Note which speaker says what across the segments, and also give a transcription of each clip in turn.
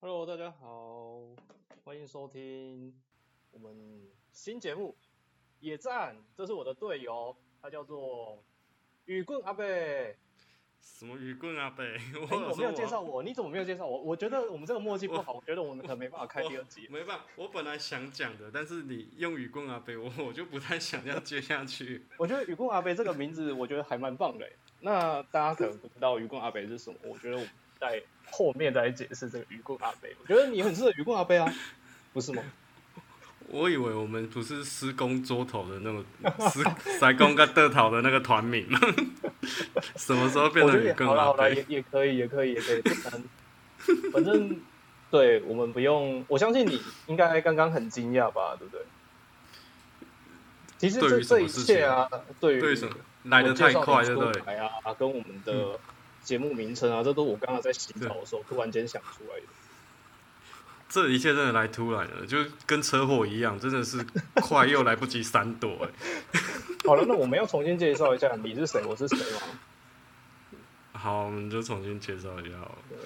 Speaker 1: Hello，大家好，欢迎收听我们新节目《野战》，这是我的队友，他叫做雨棍阿 贝。
Speaker 2: 什么鱼棍啊贝？ 我
Speaker 1: 哎、
Speaker 2: 有
Speaker 1: 我没
Speaker 2: 说
Speaker 1: 有介绍我，你怎么没有介绍我？我觉得我们这个默契不好，我觉得我们可能没办法开第二 集。
Speaker 2: 没办法，我本来想讲的，但是你用鱼棍啊贝， 我我就不太想要接下去。
Speaker 1: 我觉得雨棍阿贝这个名字，我觉得还蛮棒的欸。那大家可能不知道雨棍阿贝是什么，我觉得我们在后面再解释这个雨棍阿贝。我觉得你很适合雨棍阿贝啊，不是吗？
Speaker 2: 我以为我们不是施工桌头的那个施塞工跟得头的那个团名 吗？什么时候变
Speaker 1: 我觉得
Speaker 2: 成鱼
Speaker 1: 也
Speaker 2: 棍
Speaker 1: 好了
Speaker 2: 啊
Speaker 1: 好了，
Speaker 2: 贝？
Speaker 1: 也也可以，也可以，也可以。不然反正对我们不用，我相信你应该刚刚很惊讶吧，对不对？其实
Speaker 2: 对
Speaker 1: 这
Speaker 2: 于
Speaker 1: 这
Speaker 2: 什
Speaker 1: 一
Speaker 2: 么事
Speaker 1: 切啊，对于
Speaker 2: 对什么来的
Speaker 1: 我
Speaker 2: 太
Speaker 1: 介绍
Speaker 2: 快，
Speaker 1: 你
Speaker 2: 对
Speaker 1: 出
Speaker 2: 不对？嗯
Speaker 1: 来啊，跟我们的节目名称啊，这都是我刚刚在洗澡的时候突然间想出来的。
Speaker 2: 这一切真的来突然了，就跟车祸一样，真的是快又来不及闪躲、哎
Speaker 1: 好了，那我们要重新介绍一下你是谁，我是谁吗？
Speaker 2: 好，我们就重新介绍一下好了。
Speaker 1: 对，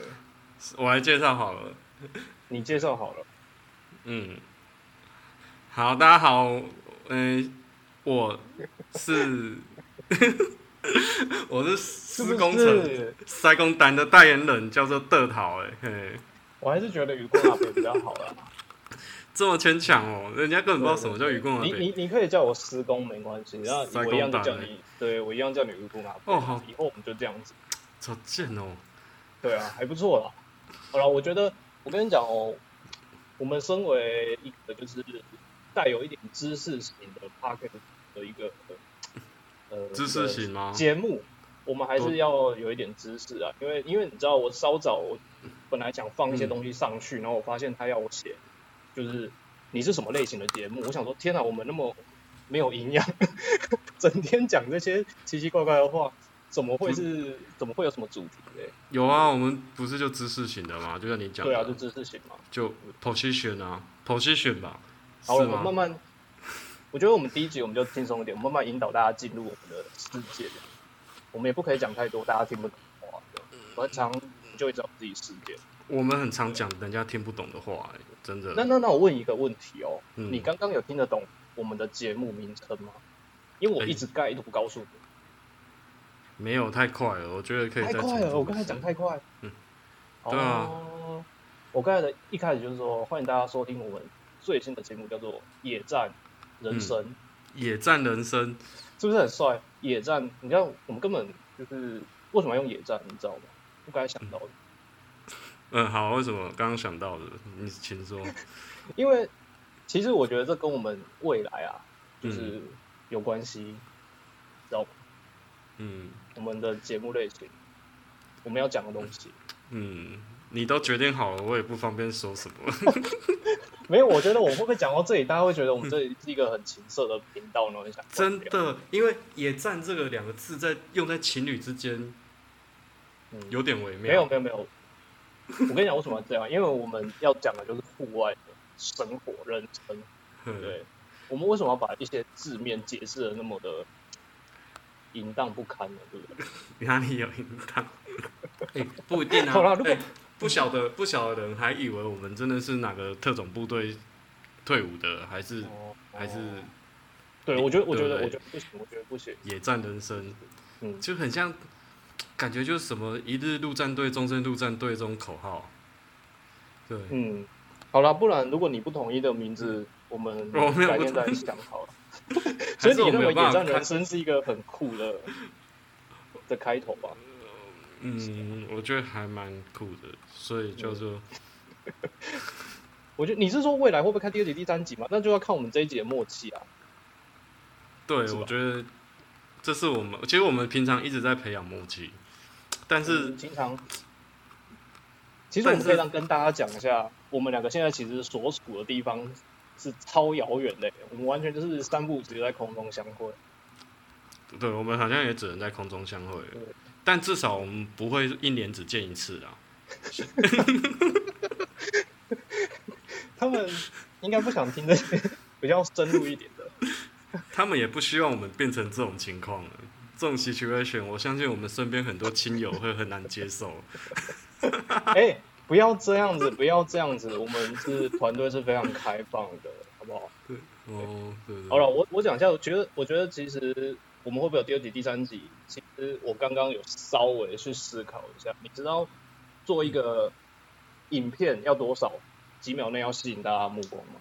Speaker 2: 我来介绍好了。
Speaker 1: 你介绍好了。
Speaker 2: 嗯，好，大家好，嗯、我是 我是施工
Speaker 1: 是
Speaker 2: 程
Speaker 1: 不是
Speaker 2: 塞工单的代言人，叫做德桃，哎，嘿，
Speaker 1: 我还是觉得雨棍阿北比较好啦。
Speaker 2: 这么牵强哦，人家根本不知道什么叫雨棍而
Speaker 1: 你
Speaker 2: 北。
Speaker 1: 你你可以叫我施工没关系，然后
Speaker 2: 塞
Speaker 1: 我
Speaker 2: 工
Speaker 1: 一样就叫
Speaker 2: 大人
Speaker 1: 你，对我一样叫你愚公阿伯。
Speaker 2: 哦好
Speaker 1: 以后我们就这样子，
Speaker 2: 好贱哦，
Speaker 1: 对啊，还不错啦。好了，我觉得我跟你讲哦，我们身为一个就是带有一点知识型的 p o c k e t 的一个呃
Speaker 2: 知识型吗？
Speaker 1: 节目，我们还是要有一点知识啊，因为因为你知道，我稍早我本来想放一些东西上去，然后我发现他要我写，就是你是什么类型的节目，我想说，天哪，我们那么没有营养， 整天讲这些奇奇怪怪的话，怎么会
Speaker 2: 嗯
Speaker 1: 是怎么会有什么主题嘞？
Speaker 2: 有啊，我们不是就知识型的嘛，就像你讲
Speaker 1: 对啊，就
Speaker 2: 的，
Speaker 1: 知识型嘛。
Speaker 2: 就 position 啊，position 吧，是
Speaker 1: 好了，我们慢
Speaker 2: 吗？
Speaker 1: 慢，我觉得我们第一集我们就轻松一点，我们慢慢引导大家进入我们的世界这样。我们也不可以讲太多，大家听不懂的话。这
Speaker 2: 嗯
Speaker 1: 样我常就一直有自己世界。
Speaker 2: 我们很常讲人家听不懂的话、哎，真的。
Speaker 1: 那那那我问一个问题哦，
Speaker 2: 嗯
Speaker 1: 你刚刚有听得懂我们的节目名称吗？因为
Speaker 2: 哎
Speaker 1: 我一直盖都不告诉你，
Speaker 2: 没有太快了，我觉得可以
Speaker 1: 太
Speaker 2: 再
Speaker 1: 快
Speaker 2: 重
Speaker 1: 了，
Speaker 2: 复
Speaker 1: 我
Speaker 2: 一
Speaker 1: 刚才
Speaker 2: 次
Speaker 1: 讲太快。
Speaker 2: 嗯，对啊
Speaker 1: 哦，我刚才的一开始就是说，欢迎大家收听我们最新的节目，叫做《野战人生》，
Speaker 2: 嗯野战人生，
Speaker 1: 是不是很帅？野战，你知道我们根本就是为什么要用野战，你知道吗？我刚才想到的，
Speaker 2: 嗯，好，为什么刚刚想到的？你请说。
Speaker 1: 因为其实我觉得这跟我们未来啊，就是有关系，知道吗？
Speaker 2: 嗯
Speaker 1: 我们的节目类型，我们要讲的东西。
Speaker 2: 嗯，你都决定好了，我也不方便说什么。
Speaker 1: 没有，我觉得我会不会讲到这里，大家会觉得我们这里是一个很情色的频道呢？很想关
Speaker 2: 真
Speaker 1: 掉，
Speaker 2: 的，因为“野战”这个两个字在用在情侣之间
Speaker 1: 嗯，
Speaker 2: 有点微妙。
Speaker 1: 没有没有没有，我跟你讲为什么要这样，因为我们要讲的就是户外的生活人生。
Speaker 2: 嗯，
Speaker 1: 对，我们为什么要把一些字面解释的那么的淫荡不堪呢？对不对？
Speaker 2: 哪里有淫 荡？哎、不一定啊。
Speaker 1: 好啦如果
Speaker 2: 哎不晓得不晓得人还以为我们真的是哪个特种部队退伍的，还是、还是
Speaker 1: 哦对，我觉得我觉
Speaker 2: 对
Speaker 1: 得
Speaker 2: 对
Speaker 1: 我觉得不行，我觉得不行。
Speaker 2: 野战人生，
Speaker 1: 嗯
Speaker 2: 就很像，感觉就是什么一日陆战队、终身陆战队这种口号。对，
Speaker 1: 嗯，好了，不然如果你不同意的名字，我们
Speaker 2: 我没有
Speaker 1: 改
Speaker 2: 不
Speaker 1: 天再
Speaker 2: 同意
Speaker 1: 想好了。所
Speaker 2: 还
Speaker 1: 以
Speaker 2: 是
Speaker 1: 你
Speaker 2: 我
Speaker 1: 认
Speaker 2: 没
Speaker 1: 为
Speaker 2: 有
Speaker 1: 野
Speaker 2: 办法
Speaker 1: 战人
Speaker 2: 看。
Speaker 1: 生是一个很酷的的开头吧？
Speaker 2: 嗯，我觉得还蛮酷的，所以叫
Speaker 1: 嗯
Speaker 2: 做
Speaker 1: 我觉得你是说未来会不会看第二集、第三集嘛？那就要看我们这一集的默契啊。
Speaker 2: 对，
Speaker 1: 是吧
Speaker 2: 我觉得这是我们，其实我们平常一直在培养默契，但是
Speaker 1: 嗯经常，其实我们
Speaker 2: 但是
Speaker 1: 可以让跟大家讲一下，我们两个现在其实所处的地方是超遥远的，我们完全就是三步直接在空中相会。
Speaker 2: 对我们好像也只能在空中相会
Speaker 1: 对，
Speaker 2: 但至少我们不会一年只见一次啊啦。
Speaker 1: 他们应该不想听这些 比较深入一点的。
Speaker 2: 他们也不希望我们变成这种情况了。这种 situation，我相信我们身边很多亲友会很难接受。
Speaker 1: 哎、不要这样子，不要这样子，我们是团队是非常开放的，好不好？
Speaker 2: 哦，对对。
Speaker 1: 好了，我我讲一下，我觉得我觉得其实我们会不会有第二集、第三集？其实我刚刚有稍微去思考一下，你知道做一个影片要多少几秒内要吸引大家目光吗？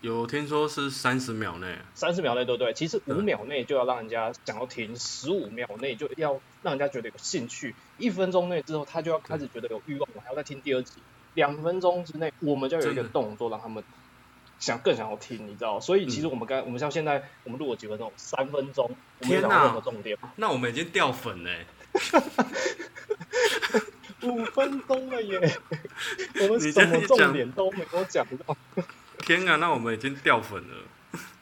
Speaker 2: 有听说是三十秒内，
Speaker 1: 三十秒内对不对？其实五
Speaker 2: 对
Speaker 1: 秒内就要让人家想要停，十五秒内就要让人家觉得有兴趣，一分钟内之后他就要开始觉得有欲望，我还要再听第二集。两分钟之内，我们就有一个
Speaker 2: 真的
Speaker 1: 动作让他们想更想要听，你知道？所以其实
Speaker 2: 嗯
Speaker 1: 我们刚、我们像现在我们录了几分钟，三分钟，我们
Speaker 2: 天
Speaker 1: 讲
Speaker 2: 哪
Speaker 1: 到什么重点？
Speaker 2: 那我们已经掉粉嘞。
Speaker 1: 五分钟了 耶，我们
Speaker 2: 你
Speaker 1: 什
Speaker 2: 这样
Speaker 1: 么
Speaker 2: 一
Speaker 1: 重
Speaker 2: 讲
Speaker 1: 点都没有讲到。
Speaker 2: 天啊，那我们已经掉粉了。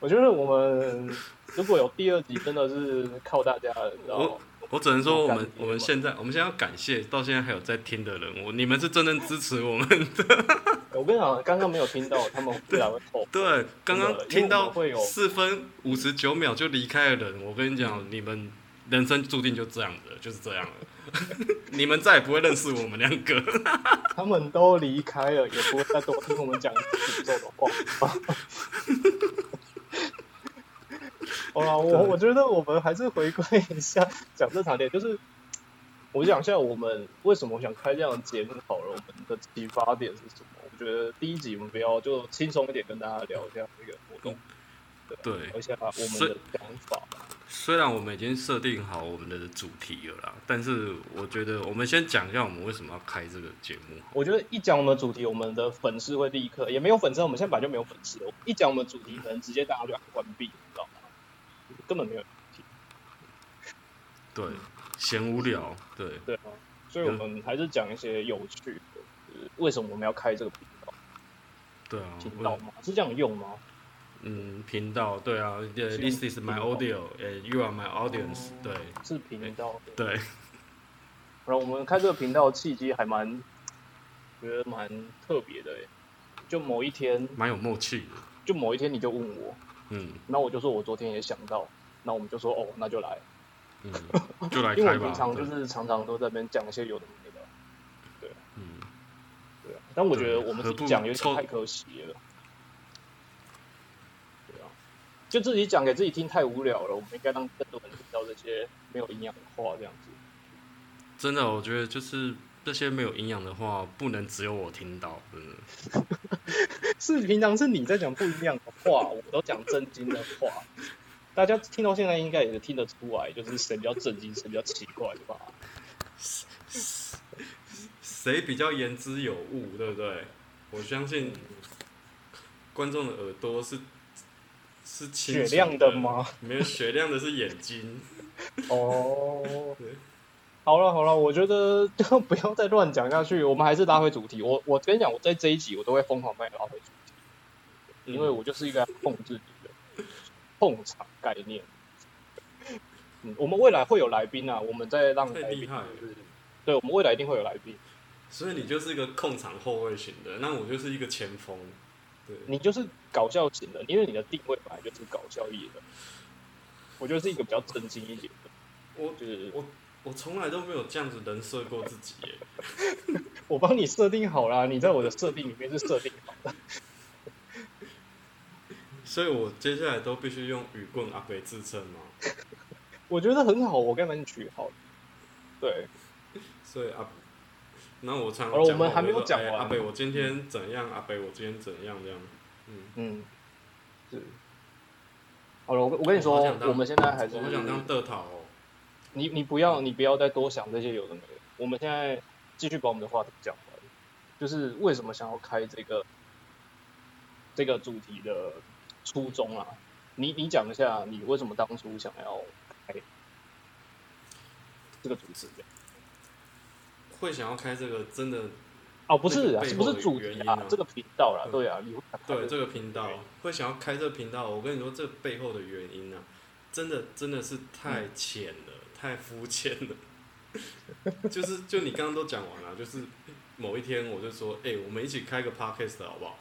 Speaker 1: 我觉得我们如果有第二集，真的是靠大家了，你知道吗
Speaker 2: 我？我只能说，我
Speaker 1: 感
Speaker 2: 们
Speaker 1: 觉
Speaker 2: 我们
Speaker 1: 吧
Speaker 2: 现在我们现在要感谢到现在还有在听的人，我你们是真正支持我们。
Speaker 1: 我跟你讲，刚刚没有听到，他们自然会后悔。
Speaker 2: 对，刚
Speaker 1: 因为
Speaker 2: 刚听
Speaker 1: 我们
Speaker 2: 到
Speaker 1: 会有
Speaker 2: 四分五十九秒就离开的人，我跟你讲，你们人生注定就这样的，就是这样了。 你们再也不会认识我们两个。
Speaker 1: 他们都离开了，也不会再多听我们讲诅咒的话。 好了，我我觉得我们还是回归一下讲正常点，就是我讲一下我们为什么想开这样的节目好了，我们的启发点是什么？我觉得第一集我们不要就轻松一点跟大家聊一下这个活动，
Speaker 2: 对
Speaker 1: 聊，一下我们的想法。
Speaker 2: 虽然我们已经设定好我们的主题了啦，但是我觉得我们先讲一下我们为什么要开这个节目。
Speaker 1: 我觉得一讲我们的主题，我们的粉丝会立刻也没有粉丝，我们现在本来就没有粉丝，一讲我们的主题，可能直接大家就按关闭，你知道吗？根本没有
Speaker 2: 对，闲无聊。对，
Speaker 1: 对啊，所以我们还是讲一些有趣的，就是为什么我们要开这个频道？
Speaker 2: 对啊，
Speaker 1: 频
Speaker 2: 为
Speaker 1: 道吗？是这样用吗？
Speaker 2: 嗯，频道对啊呃
Speaker 1: 是
Speaker 2: ，This is my audio，呃，You are my audience，对
Speaker 1: 是频道。
Speaker 2: 对，
Speaker 1: 然后我们开这个频道的契机还蛮，觉得蛮特别的耶欸就某一天，
Speaker 2: 蛮有默契的，
Speaker 1: 就某一天你就问我，
Speaker 2: 嗯
Speaker 1: 那我就说我昨天也想到，那我们就说哦，那就来，
Speaker 2: 嗯，就来
Speaker 1: 因为
Speaker 2: 开
Speaker 1: 我平
Speaker 2: 吧，
Speaker 1: 常就
Speaker 2: 对
Speaker 1: 是常常都在那边讲一些有的没的，
Speaker 2: 嗯，
Speaker 1: 对啊。但我觉得我们
Speaker 2: 何
Speaker 1: 自
Speaker 2: 不
Speaker 1: 己讲有点
Speaker 2: 凑
Speaker 1: 太可惜了，对啊，就自己讲给自己听太无聊了，我们应该让更多人听到这些没有营养的话，这样子。
Speaker 2: 真的，我觉得就是这些没有营养的话，不能只有我听到，真的，
Speaker 1: 是平常是你在讲不一样的话，我都讲正经的话。大家听到现在应该也听得出来，就是谁比较正经，谁比较奇怪吧？
Speaker 2: 谁比较言之有物，对不对？我相信观众的耳朵是是清
Speaker 1: 雪
Speaker 2: 楚
Speaker 1: 亮的
Speaker 2: 的
Speaker 1: 吗？
Speaker 2: 没有雪亮的是眼睛，
Speaker 1: 哦
Speaker 2: 对，
Speaker 1: 好了好了，我觉得 就不要再乱讲下去，我们还是拉回主题。我我跟你讲，我在这一集我都会疯狂把你拉回主题，因为我就是一个在控制你的控场概念。嗯，我们未来会有来宾啊，我们再让
Speaker 2: 太
Speaker 1: 来
Speaker 2: 厉
Speaker 1: 宾
Speaker 2: 害了。
Speaker 1: 对，我们未来一定会有来宾。
Speaker 2: 所以你就是一个控场后卫型的，那我就是一个前锋，对，
Speaker 1: 你就是搞笑型的，因为你的定位本来就是搞笑艺人。我觉得是一个比较正经一点的，
Speaker 2: 我
Speaker 1: 就是
Speaker 2: 我我从来都没有这样子人设过自己耶。
Speaker 1: 我帮你设定好啦，你在我的设定里面是设定好，
Speaker 2: 所以我接下来都必须用雨棍阿北自称嘛，
Speaker 1: 我觉得很好，我该把你取好。对，
Speaker 2: 所以阿，那我常
Speaker 1: 好
Speaker 2: 常
Speaker 1: 了
Speaker 2: 讲
Speaker 1: 我们还没有
Speaker 2: 我就说
Speaker 1: 讲
Speaker 2: 哎
Speaker 1: 完
Speaker 2: 阿北我今天怎样，阿北我今天怎样这样，嗯，
Speaker 1: 嗯，是。好了，我跟我跟你说，
Speaker 2: 我好想当
Speaker 1: 我们现在还是
Speaker 2: 我好想当得讨哦，
Speaker 1: 你你不要你不要再多想这些有的没的，我们现在继续把我们的话题讲完，就是为什么想要开这个这个主题的初衷啊？你你讲一下，你为什么当初想要开这个主题？
Speaker 2: 会想要开这个真的
Speaker 1: 哦，不是啊，
Speaker 2: 这个背
Speaker 1: 不
Speaker 2: 后
Speaker 1: 是
Speaker 2: 的
Speaker 1: 主题
Speaker 2: 原因
Speaker 1: 啊
Speaker 2: 啊，
Speaker 1: 这个频道啦，
Speaker 2: 嗯
Speaker 1: 对啊，你会想开
Speaker 2: 对
Speaker 1: 这
Speaker 2: 这
Speaker 1: 个
Speaker 2: 个频道会想要开这个频道，我跟你说这背后的原因啊，真的真的是太浅了，太肤浅了。 就是就你刚刚都讲完了，就是某一天我就说，哎、我们一起开个 podcast 好不好？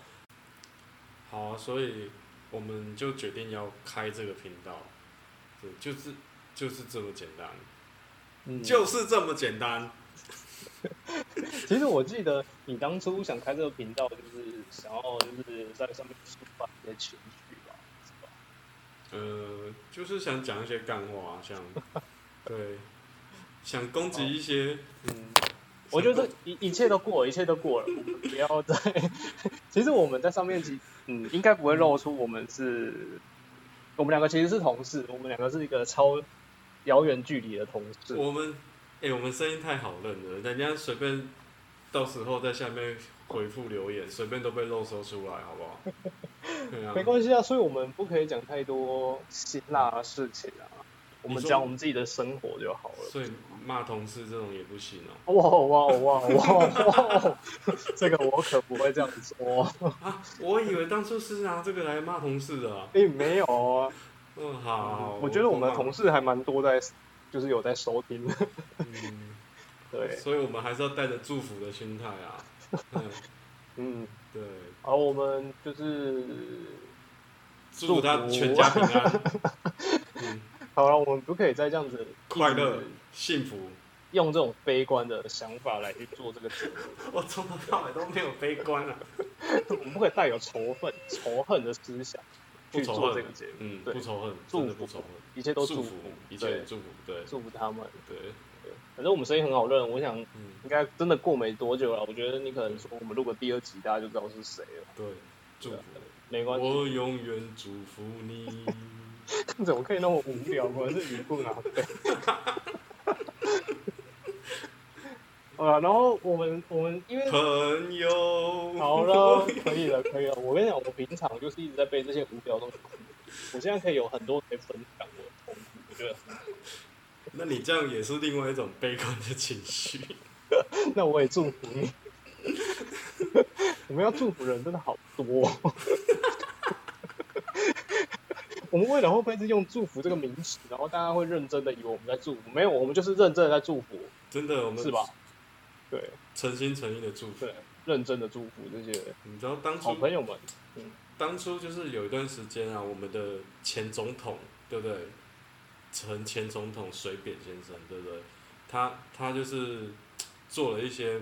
Speaker 2: 好啊，所以我们就决定要开这个频道，对，就是就是这么简单，
Speaker 1: 嗯
Speaker 2: 就是这么简单。
Speaker 1: 其实我记得你当初想开这个频道，就是想要就是在上面抒发你的情绪吧，是吧？
Speaker 2: 呃，就是想讲一些干话、啊，想对，想攻击一些，嗯，
Speaker 1: 我觉得这一一切都过了，一切都过了，我们不要再。 其实我们在上面，其嗯，应该不会露出我们是，我们两个其实是同事，我们两个是一个超遥远距离的同事。
Speaker 2: 我们哎、我们声音太好认了，人家随便到时候在下面回复留言，随便都被漏搜出来，好 不好？对啊，
Speaker 1: 没关系啊，所以我们不可以讲太多辛辣的事情啊，我们
Speaker 2: 你说
Speaker 1: 讲我们自己的生活就好了。
Speaker 2: 所以骂同事这种也不行哦、
Speaker 1: 哇哇哇哇哇！这个我可不会这样子说，
Speaker 2: 啊，我以为当初是拿这个来骂同事的、啊。
Speaker 1: 并没有啊。
Speaker 2: 嗯，好。
Speaker 1: 我觉得我们同事还蛮多在，就是有在收听的。
Speaker 2: 嗯，
Speaker 1: 对，
Speaker 2: 所以我们还是要带着祝福的心态 啊。嗯，
Speaker 1: 嗯，
Speaker 2: 对，
Speaker 1: 而我们就是
Speaker 2: 祝福他全家平安，嗯，
Speaker 1: 好了，我们不可以再这样子
Speaker 2: 快乐、幸福。
Speaker 1: 用这种悲观的想法来去做这个节目，
Speaker 2: 我哦从头到尾都没有悲观啊，
Speaker 1: 我们不可以带有仇恨、仇恨的思想
Speaker 2: 不
Speaker 1: 去
Speaker 2: 仇
Speaker 1: 做
Speaker 2: 恨
Speaker 1: 这个节目，
Speaker 2: 嗯，
Speaker 1: 对
Speaker 2: 不仇恨，
Speaker 1: 祝
Speaker 2: 真
Speaker 1: 福
Speaker 2: 的不仇恨，
Speaker 1: 一切都
Speaker 2: 祝
Speaker 1: 祝
Speaker 2: 福
Speaker 1: 福，，
Speaker 2: 一切
Speaker 1: 对，
Speaker 2: 祝福，对
Speaker 1: 祝福他们。
Speaker 2: 对，
Speaker 1: 反正我们声音很好认，我想
Speaker 2: 嗯，
Speaker 1: 应该真的过没多久了。我觉得你可能说我们录个第二集，大家就知道是谁了。
Speaker 2: 对，祝福，
Speaker 1: 啊没关系，
Speaker 2: 我永远祝福你。
Speaker 1: 怎么可以那么无聊？果然是语不拿背。啊，然后我们我们因为
Speaker 2: 朋友，
Speaker 1: 好了，可以了，可以了。我跟你讲，我平常就是一直在被这些无聊的东西苦，我现在可以有很多可以分享我的痛苦，我觉得
Speaker 2: 那你这样也是另外一种悲观的情绪。
Speaker 1: 那我也祝福你。 我们要祝福人真的好多、 我们为了会不会是用祝福这个名词，然后大家会认真的以为我们在祝福？没有，我们就是认真的在祝福，
Speaker 2: 真的，我们
Speaker 1: 是吧？？对
Speaker 2: 诚心诚意的祝福。
Speaker 1: 对，认真的祝福这些
Speaker 2: 你知道当
Speaker 1: 好
Speaker 2: 初
Speaker 1: 朋友们。
Speaker 2: 当初就是有一段时间啊，我们的前总统对不对？前前总统水扁先生对不对？他他就是嘖做了一些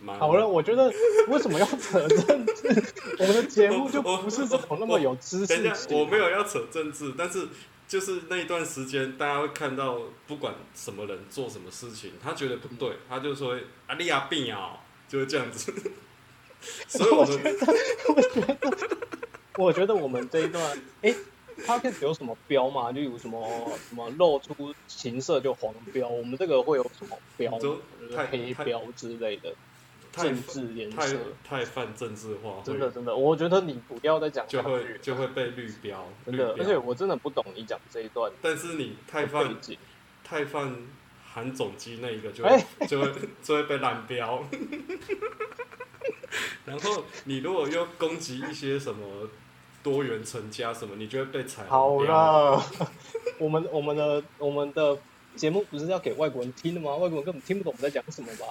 Speaker 2: 蛮
Speaker 1: 好了，我觉得为什么要扯政治？ 我们的节目就不是这种那么有 知
Speaker 2: 等
Speaker 1: 识
Speaker 2: 一下，
Speaker 1: 性。
Speaker 2: 我没有要扯政治，但是就是那一段时间，大家会看到不管什么人做什么事情，他觉得不对，
Speaker 1: 嗯
Speaker 2: 他就说啊，你啊病啊哦，就会这样子。 所以我们
Speaker 1: 我觉得我们这一段，哎、他 p o d 有什么标吗？例如什么什么露出情色就黄标，我们这个会有什么标吗？
Speaker 2: 就
Speaker 1: 就是
Speaker 2: 太
Speaker 1: 黑
Speaker 2: 太
Speaker 1: 标之类的，
Speaker 2: 太
Speaker 1: 政治颜
Speaker 2: 太
Speaker 1: 色。
Speaker 2: 太泛政治化，
Speaker 1: 真
Speaker 2: 会
Speaker 1: 的真的，我觉得你不要再讲下
Speaker 2: 就
Speaker 1: 去
Speaker 2: 会
Speaker 1: 了，
Speaker 2: 就会被绿标，
Speaker 1: 真的，
Speaker 2: 绿
Speaker 1: 而且
Speaker 2: 标。
Speaker 1: 我真的不懂你讲这一段
Speaker 2: 但是你太
Speaker 1: 的背
Speaker 2: 泛
Speaker 1: 景。
Speaker 2: 太泛韩总机那一个就会、
Speaker 1: 哎
Speaker 2: 就会就会被蓝标。 然后你如果又攻击一些什么多元成家什么，你就会被踩
Speaker 1: 好
Speaker 2: 红标。
Speaker 1: 了， 我们我们的我们的节目不是要给外国人听的吗？外国人根本听不懂我们在讲什么吧？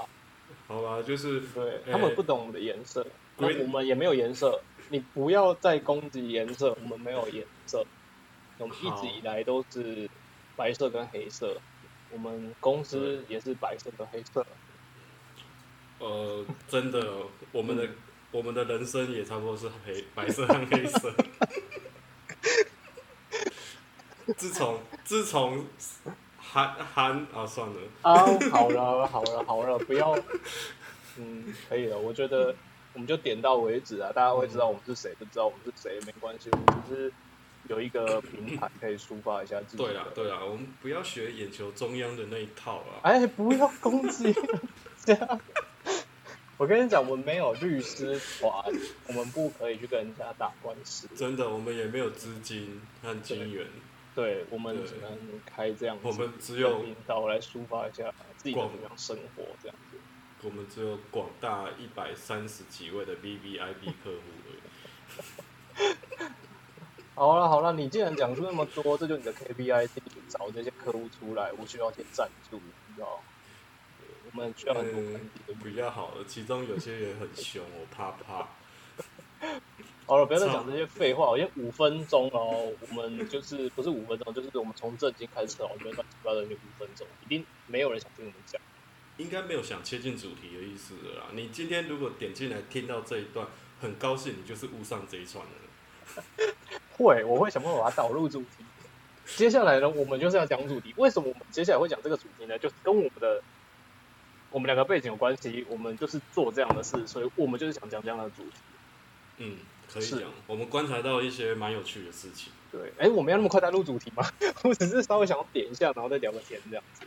Speaker 2: 好吧，就是
Speaker 1: 对
Speaker 2: 哎
Speaker 1: 他们不懂我们的颜色，那
Speaker 2: 鬼
Speaker 1: 我们也没有颜色。你不要再攻击颜色，我们没有颜色，我们一
Speaker 2: 好
Speaker 1: 直以来都是白色跟黑色，我们公司也是白色跟黑色。
Speaker 2: 呃，真的，我们的、
Speaker 1: 嗯
Speaker 2: 我们的人生也差不多是黑 白色和黑色。 自从自从韩韩啊，算了，
Speaker 1: 啊，好了好了好了，不要，嗯，可以了。我觉得我们就点到为止啊，大家会知道我们是谁，不知道我们是谁没关系，我们只是有一个平台可以抒发一下自己
Speaker 2: 对啦
Speaker 1: 的。
Speaker 2: 对啦，我们不要学眼球中央的那一套啦。
Speaker 1: 哎，不要攻击 这样。我跟你讲，我们没有律师团，我们不可以去跟人家打官司。
Speaker 2: 真的，我们也没有资金和金源，
Speaker 1: 对，我们
Speaker 2: 对
Speaker 1: 只能开这样子
Speaker 2: 我们只有
Speaker 1: 的频道来抒发一下自己的
Speaker 2: 逛
Speaker 1: 平常生活，这样子。
Speaker 2: 我们只有广大一百三十几位的 V V I P 客户而已。
Speaker 1: 好了好了，你既然讲出那么多，这就是你的 KPI，自己找这些客户出来，我需要一些赞助，你知道吗？我们需要很多
Speaker 2: 嗯，比较好的，其中有些也很凶，我怕怕。
Speaker 1: 好了，不要再讲这些废话，因为五分钟哦，我们就是不是五分钟，就是我们从正经开始哦，我们乱七八糟的五分钟，一定没有人想听我们讲。
Speaker 2: 应该没有想切进主题的意思了啦。你今天如果点进来听到这一段，很高兴你就是误上这一船了。
Speaker 1: 会，我会想办法把它导入主题。接下来呢，我们就是要讲主题。为什么我们接下来会讲这个主题呢？就是跟我们的我们两个背景有关系，我们就是做这样的事，所以我们就是想讲这样的主题。
Speaker 2: 嗯，可以
Speaker 1: 是
Speaker 2: 讲，我们观察到一些蛮有趣的事情。
Speaker 1: 对，哎，我们要那么快带入主题吗？ 我只是稍微想要点一下，然后再聊个天这样子。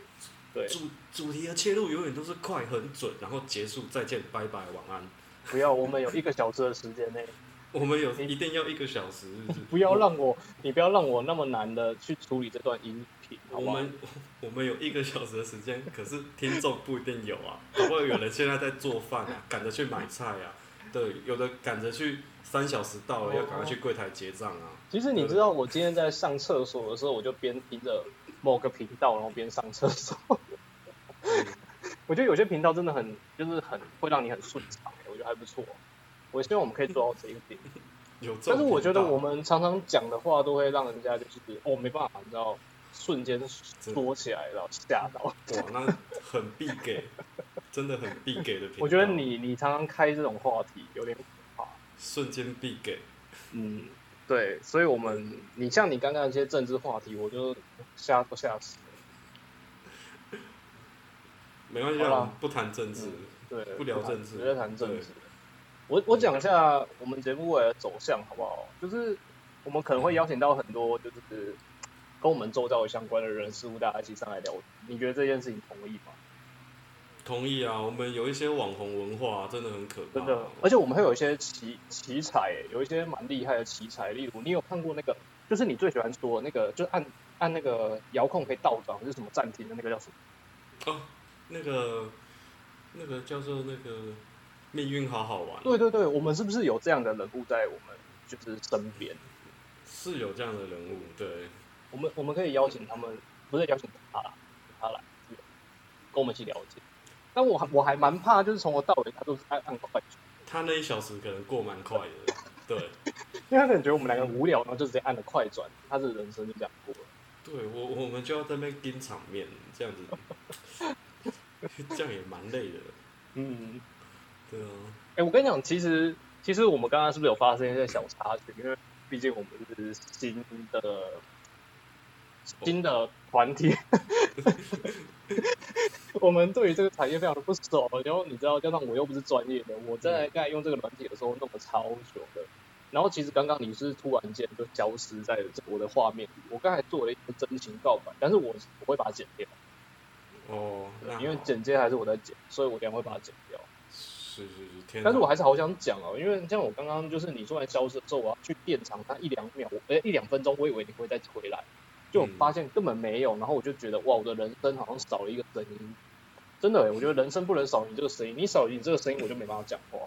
Speaker 1: 对，
Speaker 2: 主主题的切入永远都是快、很准，然后结束，再见，拜拜，晚安。
Speaker 1: 不要，我们有一个小时的时间内，
Speaker 2: 我们有
Speaker 1: 你
Speaker 2: 一定要一个小时，是不是？
Speaker 1: 不要让我，你不要让我那么难的去处理这段音频，好
Speaker 2: 嗯我
Speaker 1: 不好？
Speaker 2: 们 我们有一个小时的时间，可是听众不一定有啊，搞不好有人现在在做饭啊， 赶着去买菜啊，对，有的赶着去三小时到
Speaker 1: 哦
Speaker 2: 了，要赶快去柜台结账啊。
Speaker 1: 其实你知道，我今天在上厕所的时候，我就边听着某个频道，然后边上厕所。
Speaker 2: 嗯
Speaker 1: 我觉得有些频道真的很，就是很会让你很顺畅，欸我觉得还不错。我希望我们可以做到这一点，
Speaker 2: 有这种
Speaker 1: 但是我觉得
Speaker 2: 频道
Speaker 1: 我们常常讲的话都会让人家就是哦没办法，你知道，瞬间缩起来，然后吓到。
Speaker 2: 哇，那很必给， 真的很必给的频道。
Speaker 1: 我觉得你你常常开这种话题有点，
Speaker 2: 瞬间必给，
Speaker 1: 嗯，对，所以我们你像你刚刚那些政治话题，我就吓都吓死了。
Speaker 2: 没关系
Speaker 1: 好啦嗯
Speaker 2: 啊，我们不谈政治。
Speaker 1: 对，
Speaker 2: 不聊政治
Speaker 1: 不在谈政治。我我讲一下我们节目未来的走向好不好？就是我们可能会邀请到很多就是跟我们周遭有相关的人事物，大家一起上来聊。你觉得这件事情同意吗？
Speaker 2: 同意啊，我们有一些网红文化、啊、真的很可怕、
Speaker 1: 真的，而且我们会有一些奇奇才、有一些蛮厉害的奇才，例如你有看过那个，就是你最喜欢说那个，就是按按那个遥控可以倒转，就是什么暂停的那个叫什么？
Speaker 2: 哦，那个那个叫做那个命运好好玩，
Speaker 1: 对对对，我们是不是有这样的人物在我们就是身边？
Speaker 2: 是有这样的人物，对，
Speaker 1: 我们我们可以邀请他们，不是邀请他啊啦，他来这边跟我们一起了解。但我还我还蛮怕，就是从头到尾他都是按按快速，
Speaker 2: 他那一小时可能过蛮快的， 对，
Speaker 1: 因为他可能觉得我们两个无聊，然后就直接按了快转，他的人生就这样过了。
Speaker 2: 对我我们就要在那边盯场面，这样子， 这样也蛮累的，
Speaker 1: 嗯，
Speaker 2: 对啊，
Speaker 1: 哎、我跟你讲，其实其实我们刚刚是不是有发生一些小插曲？因为毕竟我们是新的新的团体，我们对于这个产业非常的不熟。然后你知道，加上我又不是专业的，我在刚才用这个软体的时候弄了超久的。然后其实刚刚你是突然间就消失在我的画面里，我刚才做了一个真情告白，但是我我会把它剪掉，
Speaker 2: 哦，那
Speaker 1: 因为
Speaker 2: 好
Speaker 1: 剪接还是我在剪，所以我等一下会把它剪掉。
Speaker 2: 是是是，天哪，
Speaker 1: 但是我还是好想讲哦，因为像我刚刚就是你突然消失的时候，我要去电场它一两秒，我呃一两分钟，我以为你会再回来，就我
Speaker 2: 嗯
Speaker 1: 发现根本没有，然后我就觉得哇，我的人生好像少了一个声音，真的耶，欸我觉得人生不能少你这个声音，你少你这个声音，我就没办法讲话。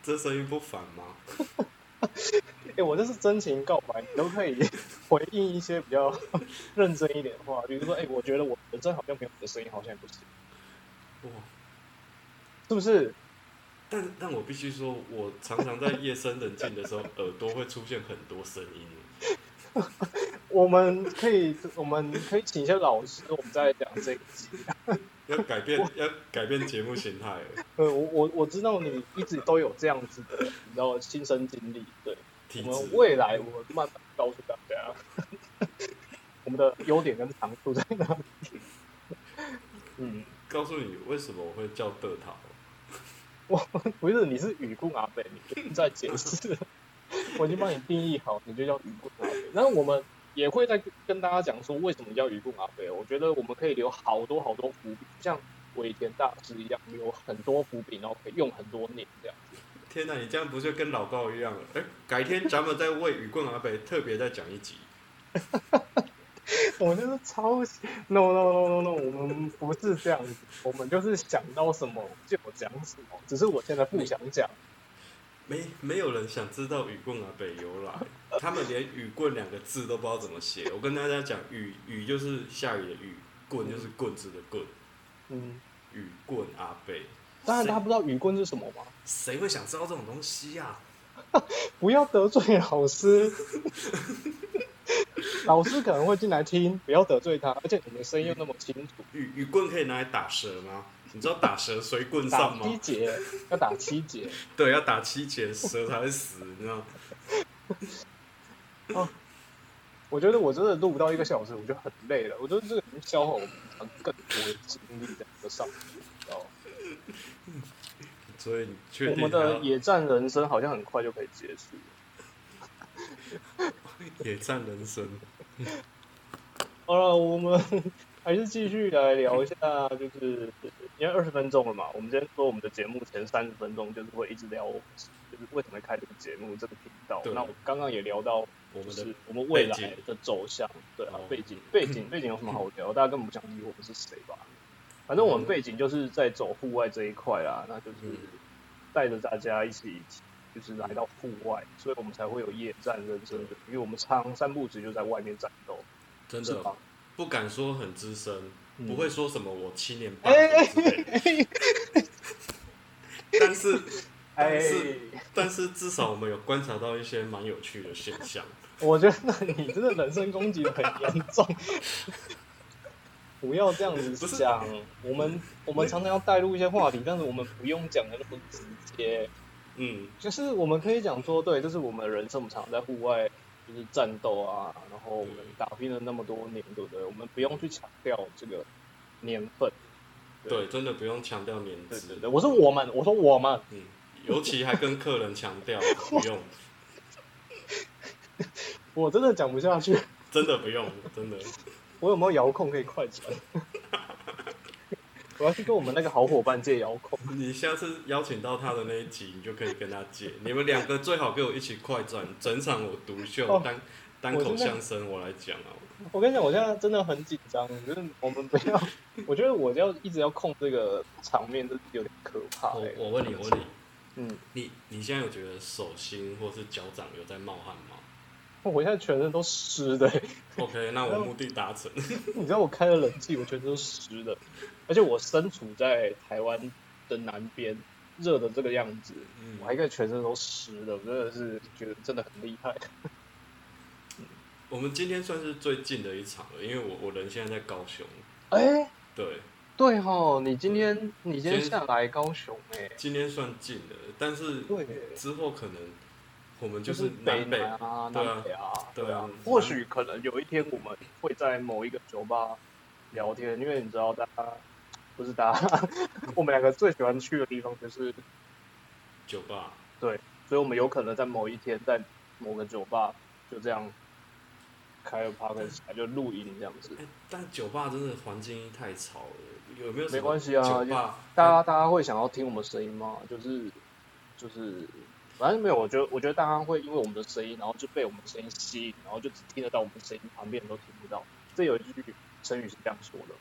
Speaker 2: 这声音不烦吗？
Speaker 1: 哎、我这是真情告白，你都可以 回应一些比较 认真一点的话，比如说，哎、我觉得我人生好像没有你的声音，好像也不行，
Speaker 2: 哇，
Speaker 1: 是不是？
Speaker 2: 但但我必须说，我常常在夜深人静的时候，耳朵会出现很多声音。
Speaker 1: 我们可以，我们可以请一些老师，我们再讲这一集。
Speaker 2: 要 改变，要改变节目形态了，
Speaker 1: 呃，我我我知道你一直都有这样子的，你知道亲身经历。对，
Speaker 2: 体
Speaker 1: 我们
Speaker 2: 质。
Speaker 1: 未来我慢慢告诉大家， 我们的优点跟长处在哪里。 嗯，
Speaker 2: 告诉你为什么我会叫德桃，
Speaker 1: 不是，你是雨棍阿北，你不用再解释 了，我已经帮你定义好，你就叫雨棍阿北。然后我们也会再跟大家讲说为什么叫雨棍阿北。我觉得我们可以留好多好多伏笔，像尾田大师一样留很多伏笔，然后可以用很多年这样。
Speaker 2: 天哪，你这样不就跟老高一样了？哎，改天咱们再为雨棍阿北特别再讲一集。
Speaker 1: 我就是超喜 no no no no no，我们不是这样子，我们就是想到什么就讲什么，只是我现在不想讲。
Speaker 2: 没没有人想知道雨棍阿北由 来，他们连雨棍两个字都不知道怎么写。我跟大家讲，雨雨就是下雨的雨，棍就是棍子的棍，
Speaker 1: 嗯，
Speaker 2: 雨棍阿北。
Speaker 1: 当然
Speaker 2: 谁
Speaker 1: 大家不知道雨棍是什么吗？
Speaker 2: 谁会想知道这种
Speaker 1: 啊
Speaker 2: 东西呀、
Speaker 1: 不要得罪老师。老师可能会进来听，不要得罪他，而且你们声音又那么清楚，
Speaker 2: 雨雨棍可以拿来打蛇吗？你知道打蛇随棍
Speaker 1: 打七
Speaker 2: 上吗？
Speaker 1: 节要打七节，
Speaker 2: 对，要打七节蛇才会死，你知道？
Speaker 1: 我觉得我真的录不到一个小时，我就很累了，我觉得这个已经消耗我们更多的精力在这个上面。哦，
Speaker 2: 所以你确
Speaker 1: 我
Speaker 2: 定啊
Speaker 1: 们
Speaker 2: 他
Speaker 1: 的
Speaker 2: 要
Speaker 1: 野战人生好像很快就可以结束了。
Speaker 2: 野战人生？
Speaker 1: 好了，我们 还是继续来聊一下，就是因为二十分钟了嘛，我们今天说我们的节目前三十分钟就是会一直聊，就是为什么会开这个节目这个频道
Speaker 2: 对。
Speaker 1: 那我刚刚也聊到，
Speaker 2: 我
Speaker 1: 就
Speaker 2: 们的
Speaker 1: 是我们未来
Speaker 2: 背景
Speaker 1: 的走向，对啊
Speaker 2: 哦，
Speaker 1: 背景背 景背景有什么好聊？大家根本不想理我们是谁吧？反正我们
Speaker 2: 嗯
Speaker 1: 背景就是在走户外这一块啦，那就是
Speaker 2: 嗯
Speaker 1: 带着大家一起。就是来到户外，所以我们才会有夜战人生的，因为我们常三不止就在外面战斗，
Speaker 2: 真
Speaker 1: 是吧
Speaker 2: 的？不敢说很资深，
Speaker 1: 嗯
Speaker 2: 不会说什么我七年半
Speaker 1: 哎
Speaker 2: 之类的，但是
Speaker 1: 哎
Speaker 2: 但是但是至少我们有观察到一些蛮有趣的现象。
Speaker 1: 我觉得你真的人身攻击得很严重， 不要这样子讲。我们我们常常要带入一些话题，但是我们不用讲的那么直接。
Speaker 2: 嗯，
Speaker 1: 就是我们可以讲说，对，这是我们人生，我们常常在户外就是战斗啊，然后我们打拼了那么多年，对不对？我们不用去强调这个年份。
Speaker 2: 对，真的不用强调年
Speaker 1: 对
Speaker 2: 资
Speaker 1: 对，对，我说我们，我说我们，
Speaker 2: 嗯，尤其还跟客人强 调不用，
Speaker 1: 我真的讲不下去。
Speaker 2: 真的不用，真的。
Speaker 1: 我有没有遥控可以快转？ 我要去跟我们那个好伙伴借遥控。
Speaker 2: 你下次邀请到他的那一集，你就可以跟他借。你们两个最好给我一起快转，整场我独秀
Speaker 1: 哦
Speaker 2: 单单口相声，我来讲哦。
Speaker 1: 我跟你讲，我现在真的很紧张，就是我们不 要，我觉得我要一直要控这个场面，真是有点可怕、
Speaker 2: 我
Speaker 1: 欸。
Speaker 2: 我问你，我问你，
Speaker 1: 嗯，
Speaker 2: 你你现在有觉得手心或是脚掌有在冒汗吗
Speaker 1: 我现在全身都湿的、欸
Speaker 2: ？OK，那我目的达成。
Speaker 1: 你知道我开了冷气，我全身都湿的，而且我身处在台湾的南边，热的这个样子，
Speaker 2: 嗯
Speaker 1: 我，还可以全身都湿的，我真的是觉得真的很厉害。
Speaker 2: 我们今天算是最近的一场了，因为我我人现在在高雄。
Speaker 1: 哎、
Speaker 2: 对，
Speaker 1: 对吼，你今天你今天
Speaker 2: 今天
Speaker 1: 下来高雄哎、
Speaker 2: 今天算近了，但是
Speaker 1: 对，
Speaker 2: 之后可能我们
Speaker 1: 就
Speaker 2: 就是
Speaker 1: 北
Speaker 2: 南北
Speaker 1: 南啊，
Speaker 2: 对啊
Speaker 1: 南北啊，
Speaker 2: 对啊
Speaker 1: 或许可能有一天我们会在某一个酒吧聊天，因为你知道大家不是大家， 我们两个最喜欢去的地方就是，
Speaker 2: 酒吧。
Speaker 1: 所以我们有可能在某一天在某个酒吧就这样开了 p a r t 起来，就录音这样子。
Speaker 2: 哎但酒吧真的环境太吵了，有没有什么
Speaker 1: 没关系啊
Speaker 2: 酒吧
Speaker 1: 大家大家会想要听我们声音吗？就是就是，反正没有，我觉得我觉得大家会因为我们的声音，然后就被我们的声音吸引，然后就只听得到我们的声音，旁边人都听不到。这有一句成语是这样说的。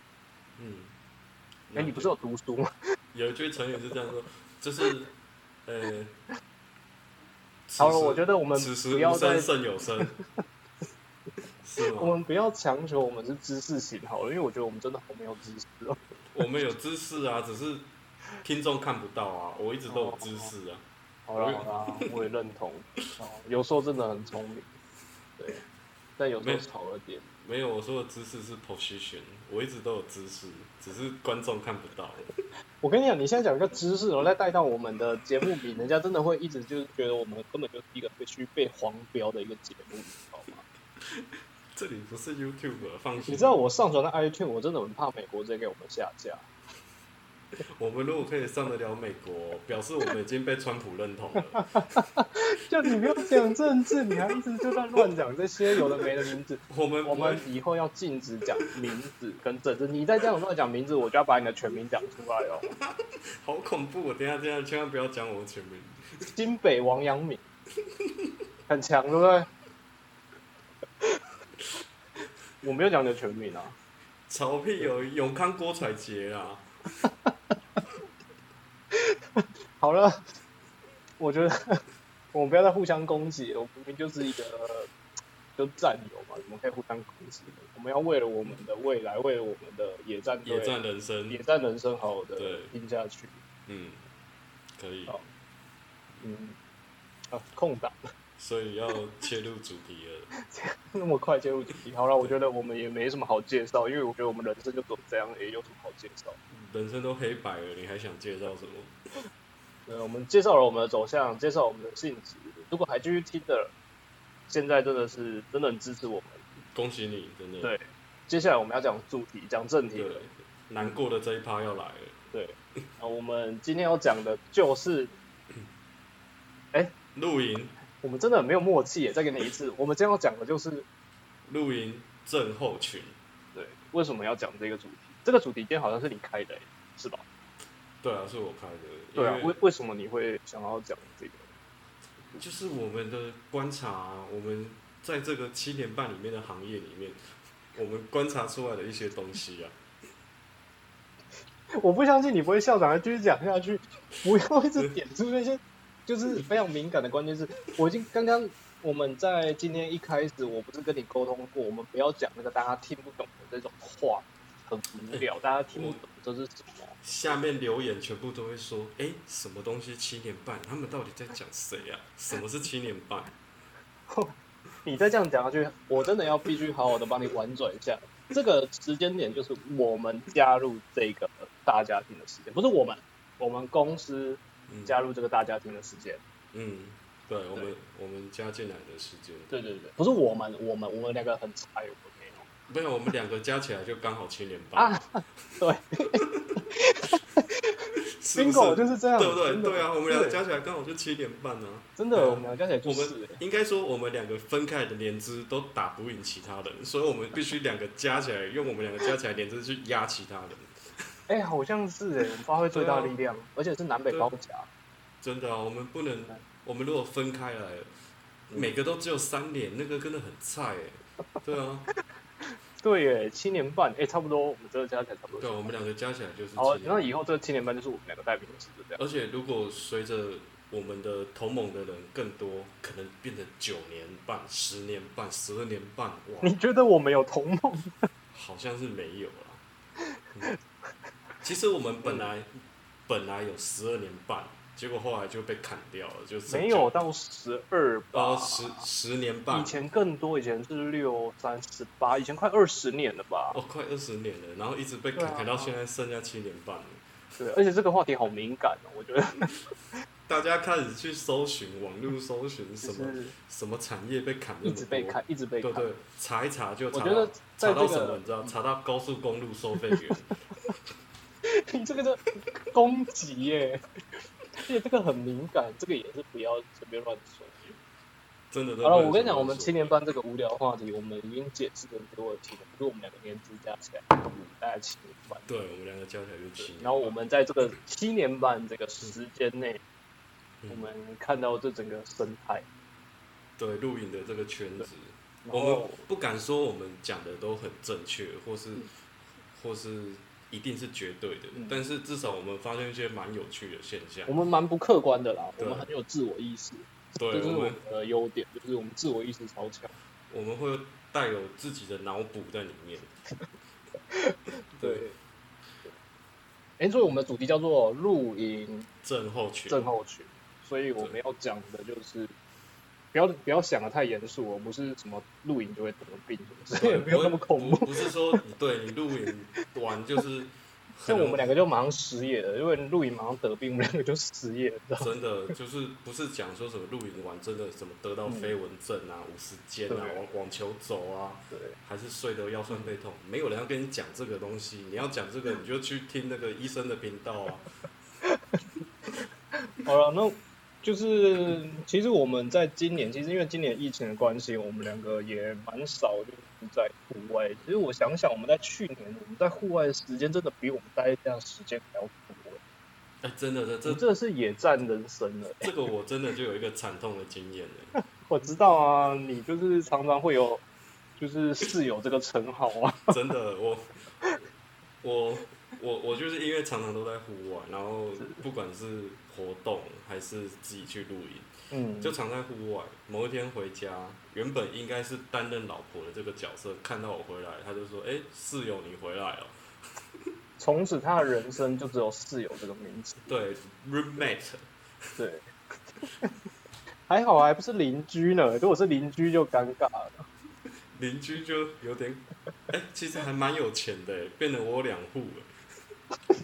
Speaker 2: 嗯，
Speaker 1: 哎、你不是有读书吗？
Speaker 2: 有一句成语是这样说，就是呃，此
Speaker 1: 好了，
Speaker 2: 时
Speaker 1: 我觉得我们
Speaker 2: 此时
Speaker 1: 不要
Speaker 2: 无
Speaker 1: 再
Speaker 2: 声，胜有声，是吗？
Speaker 1: 我们不要强求我们是知识型好了，因为我觉得我们真的好没有知识哦。
Speaker 2: 我们有知识啊，只是听众看不到啊，我一直都有知识啊。
Speaker 1: 好啦好 啦，我也认同。哦，有时候真的很聪明，对，但有时候
Speaker 2: 没
Speaker 1: 吵了点。
Speaker 2: 没有，我说的知识是 position，我一直都有知识，只是观众看不到。
Speaker 1: 我跟你讲，你现在讲一个知识，然后再带到我们的节目里，人家真的会一直就是觉得我们根本就是一个必须被黄标的一个节目，你知道吗？
Speaker 2: 这里不是 YouTube，放啊心。
Speaker 1: 你知道我上传到 iTune，我真的很怕美国直接给我们下架。
Speaker 2: 我们如果可以上得了美国，表示我们已经被川普认 同了。
Speaker 1: 就你不要讲政治，你还一直就在乱讲这些有的没的名字。
Speaker 2: 我们
Speaker 1: 我
Speaker 2: 不
Speaker 1: 们
Speaker 2: 会
Speaker 1: 以后要禁止讲名字跟政治，你再这样乱讲名字，我就要把你的全名讲出来哦。
Speaker 2: 好恐怖！我哦等一下等一下千万不要讲我的全名。
Speaker 1: 新北王阳明，很强，对不对？我没有讲你的全名啊。
Speaker 2: 曹屁有永康郭采洁啊啦，
Speaker 1: 好了， 我觉得 我们不要再互相攻击了。我们明明就是一个就战友嘛，我们可以互相攻击的。我们要为了我们的未来，为了我们的野战队
Speaker 2: 野战人生
Speaker 1: 野，战人生好好的
Speaker 2: 对
Speaker 1: 拼下去。
Speaker 2: 嗯，可以。
Speaker 1: 好嗯，啊，空档，
Speaker 2: 所以要切入主题了。
Speaker 1: 那么快切入主题，好了，我觉得我们也没什么好介绍，因为我觉得我们人生就走这样，也有什么好介绍？
Speaker 2: 人生都黑白了，你还想介绍什么？
Speaker 1: 呃，我们介绍了我们的走向，介绍我们的性质。如果还继续听的，现在真的是真的很支持我们。
Speaker 2: 恭喜你，真的。
Speaker 1: 对接下来我们要讲主题，讲正题
Speaker 2: 对
Speaker 1: 了。，
Speaker 2: 难过的这一趴要来了。
Speaker 1: 啊，我们今天要讲的就是，
Speaker 2: 露营，
Speaker 1: 我们真的很没有默契耶。再给你一次，我们今天要讲的就是，
Speaker 2: 露营症候群。
Speaker 1: 对，为什么要讲这个主题？这个主题今天好像是你开的耶，是吧？
Speaker 2: 对啊，是我开的。
Speaker 1: 对啊，
Speaker 2: 因为
Speaker 1: 为为什么你会想要讲这个？
Speaker 2: 就是我们的观察啊、我们在这个七年半里面的行业里面，我们观察出来的一些东西啊，
Speaker 1: 我不相信你不会笑场，还继续讲下去，不要一直点出那些就是非常敏感的关键字。我已经刚刚我们在今天一开始，我不是跟你沟通过，我们不要讲那个大家听不懂的这种话，很无聊，大家听不懂这是什么。
Speaker 2: 下面留言全部都会说，哎、什么东西七年半？他们到底在讲谁啊？什么是七年半？
Speaker 1: 你再这样讲下去，我真的要必须好好的帮你婉转一下。这个时间点就是我们加入这个大家庭的时间，不是我们，我们公司
Speaker 2: 嗯，
Speaker 1: 加入这个大家庭的时间。
Speaker 2: 嗯，对，我
Speaker 1: 对
Speaker 2: 们我们加进来的时间，
Speaker 1: 对对对，不是我们，我们我们两个很菜，我没有。
Speaker 2: 没有，我们两个加起来就刚好七年半，
Speaker 1: 啊，对
Speaker 2: 是不是？
Speaker 1: ，bingo 就是这样，
Speaker 2: 对不对？
Speaker 1: 真的
Speaker 2: 对啊，我们两个
Speaker 1: 对
Speaker 2: 加起来刚好就七点半啊。
Speaker 1: 真的，我们两个加起来就
Speaker 2: 我
Speaker 1: 是
Speaker 2: 们应该说，我们两个分开的年资都打不赢其他人，所以我们必须两个加起来，用我们两个加起来年资去压其他人。
Speaker 1: 哎，好像是哎，我们发挥最大力量，而且是南北包夹，
Speaker 2: 真的啊，我们不能，我们如果分开来了，每个都只有三年，那个真的很菜哎。对啊，
Speaker 1: 对耶，七年半，哎，差不多，我们真的加起来差不
Speaker 2: 对啊，
Speaker 1: 多。
Speaker 2: 我们两个加起来就是
Speaker 1: 好，
Speaker 2: 七
Speaker 1: 那
Speaker 2: 年。
Speaker 1: 以后这七年半就是我们两个代表是这样。
Speaker 2: 而且如果随着我们的同盟的人更多，可能变成九年半、十年半、十二年半，哇
Speaker 1: 你，觉得我们有同梦？
Speaker 2: 好像是没有啦。嗯其实我们本来
Speaker 1: 嗯
Speaker 2: 本来有十二年半，结果后来就被砍掉了，就剩
Speaker 1: 没有
Speaker 2: 九
Speaker 1: 到十二吧
Speaker 2: 呃？十十年半
Speaker 1: 以，前更多，以前是六三十八，以前快二十年了吧？
Speaker 2: 哦，快二十年了，然后一直被
Speaker 1: 对
Speaker 2: 砍
Speaker 1: 啊
Speaker 2: 砍到现在剩下七年半了。
Speaker 1: 对，而且这个话题好敏感哦，我觉得
Speaker 2: 大家开始去搜寻网络搜寻
Speaker 1: 就
Speaker 2: 什么
Speaker 1: 是
Speaker 2: 什么产业被砍那么多，
Speaker 1: 一直被砍，一直被
Speaker 2: 对
Speaker 1: 砍。
Speaker 2: 对，查一查就
Speaker 1: 我
Speaker 2: 查
Speaker 1: 觉得
Speaker 2: 到
Speaker 1: 在这
Speaker 2: 查到什么，
Speaker 1: 个
Speaker 2: 你知道？查到高速公路收 费员，
Speaker 1: 你 这个就攻击耶，而且这个很敏感，这个也是不要随便乱说。
Speaker 2: 真的都
Speaker 1: 好
Speaker 2: 不
Speaker 1: 了，
Speaker 2: 能
Speaker 1: 我跟你
Speaker 2: 随便
Speaker 1: 讲，我们
Speaker 2: 说
Speaker 1: 七年班这个无聊话题，我们已经解释的给我听了，就是我们两个年资加起来大概七年班。
Speaker 2: 对我们两个加起来就七年，
Speaker 1: 然后我们在这个七年半这个时间内，
Speaker 2: 嗯
Speaker 1: 我们看到这整个生态，
Speaker 2: 对录影的这个圈子。
Speaker 1: 然
Speaker 2: 我们
Speaker 1: 后
Speaker 2: 不敢说我们讲的都很正确，或是、
Speaker 1: 嗯
Speaker 2: 或是一定是绝对的，
Speaker 1: 嗯
Speaker 2: 但是至少我们发现一些蛮有趣的现象
Speaker 1: 我。们蛮不客观的啦，我
Speaker 2: 对
Speaker 1: 们很有自我意识，这
Speaker 2: 对
Speaker 1: 就是
Speaker 2: 我
Speaker 1: 我
Speaker 2: 们
Speaker 1: 们，的优点，就是我们自我意识超强。
Speaker 2: 我们会带有自己的脑补在里 面。
Speaker 1: 对，哎，所以我们的主题叫做露营
Speaker 2: 症候群，
Speaker 1: 症 候群，所以我们要讲的就是。不要不要想的太严肃哦，不是什么露营就会得病，所以也
Speaker 2: 对，
Speaker 1: 不用那么恐怖。
Speaker 2: 不。不是说你对你录影完就是很
Speaker 1: 像我们两个就马上失业了，因为露营马上得病，我们两个就失业了，你知道吗
Speaker 2: 真的就是不是讲说什么录影完真的什么得到
Speaker 1: 嗯
Speaker 2: 飞蚊症啊、五十肩啊、
Speaker 1: 对
Speaker 2: 网网球肘啊，
Speaker 1: 对。
Speaker 2: 还是睡得腰酸背痛，没有人要跟你讲这个东西。你要讲这个，你就去听那个医生的频道 啊。
Speaker 1: 好了，那就是其实我们在今年，其实因为今年疫情的关系，我们两个也蛮少就是在户外。其实我想想，我们在去年我们在户外的时间，真的比我们待家的时间还要多。
Speaker 2: 哎、真的，这
Speaker 1: 这
Speaker 2: 这
Speaker 1: 真的是野战人生了。
Speaker 2: 这个我真的就有一个惨痛的经验 了。
Speaker 1: 我知道啊，你就是常常会有就是室友这个称号啊。
Speaker 2: 真的，我我我我就是因为常常都在户外，然后不管是活动还是自己去露营，
Speaker 1: 嗯，
Speaker 2: 就常在户外。某一天回家，原本应该是担任老婆的这个角色，看到我回来，他就说：“哎、室友你回来哦。
Speaker 1: 从此他的人生就只有室友这个名字。”
Speaker 2: 对，roommate。
Speaker 1: 对。 还好啊还不是邻居呢，如果是邻居就尴尬了。
Speaker 2: 邻居就有点，哎、其实还蛮有钱的耶，变得我有两户了。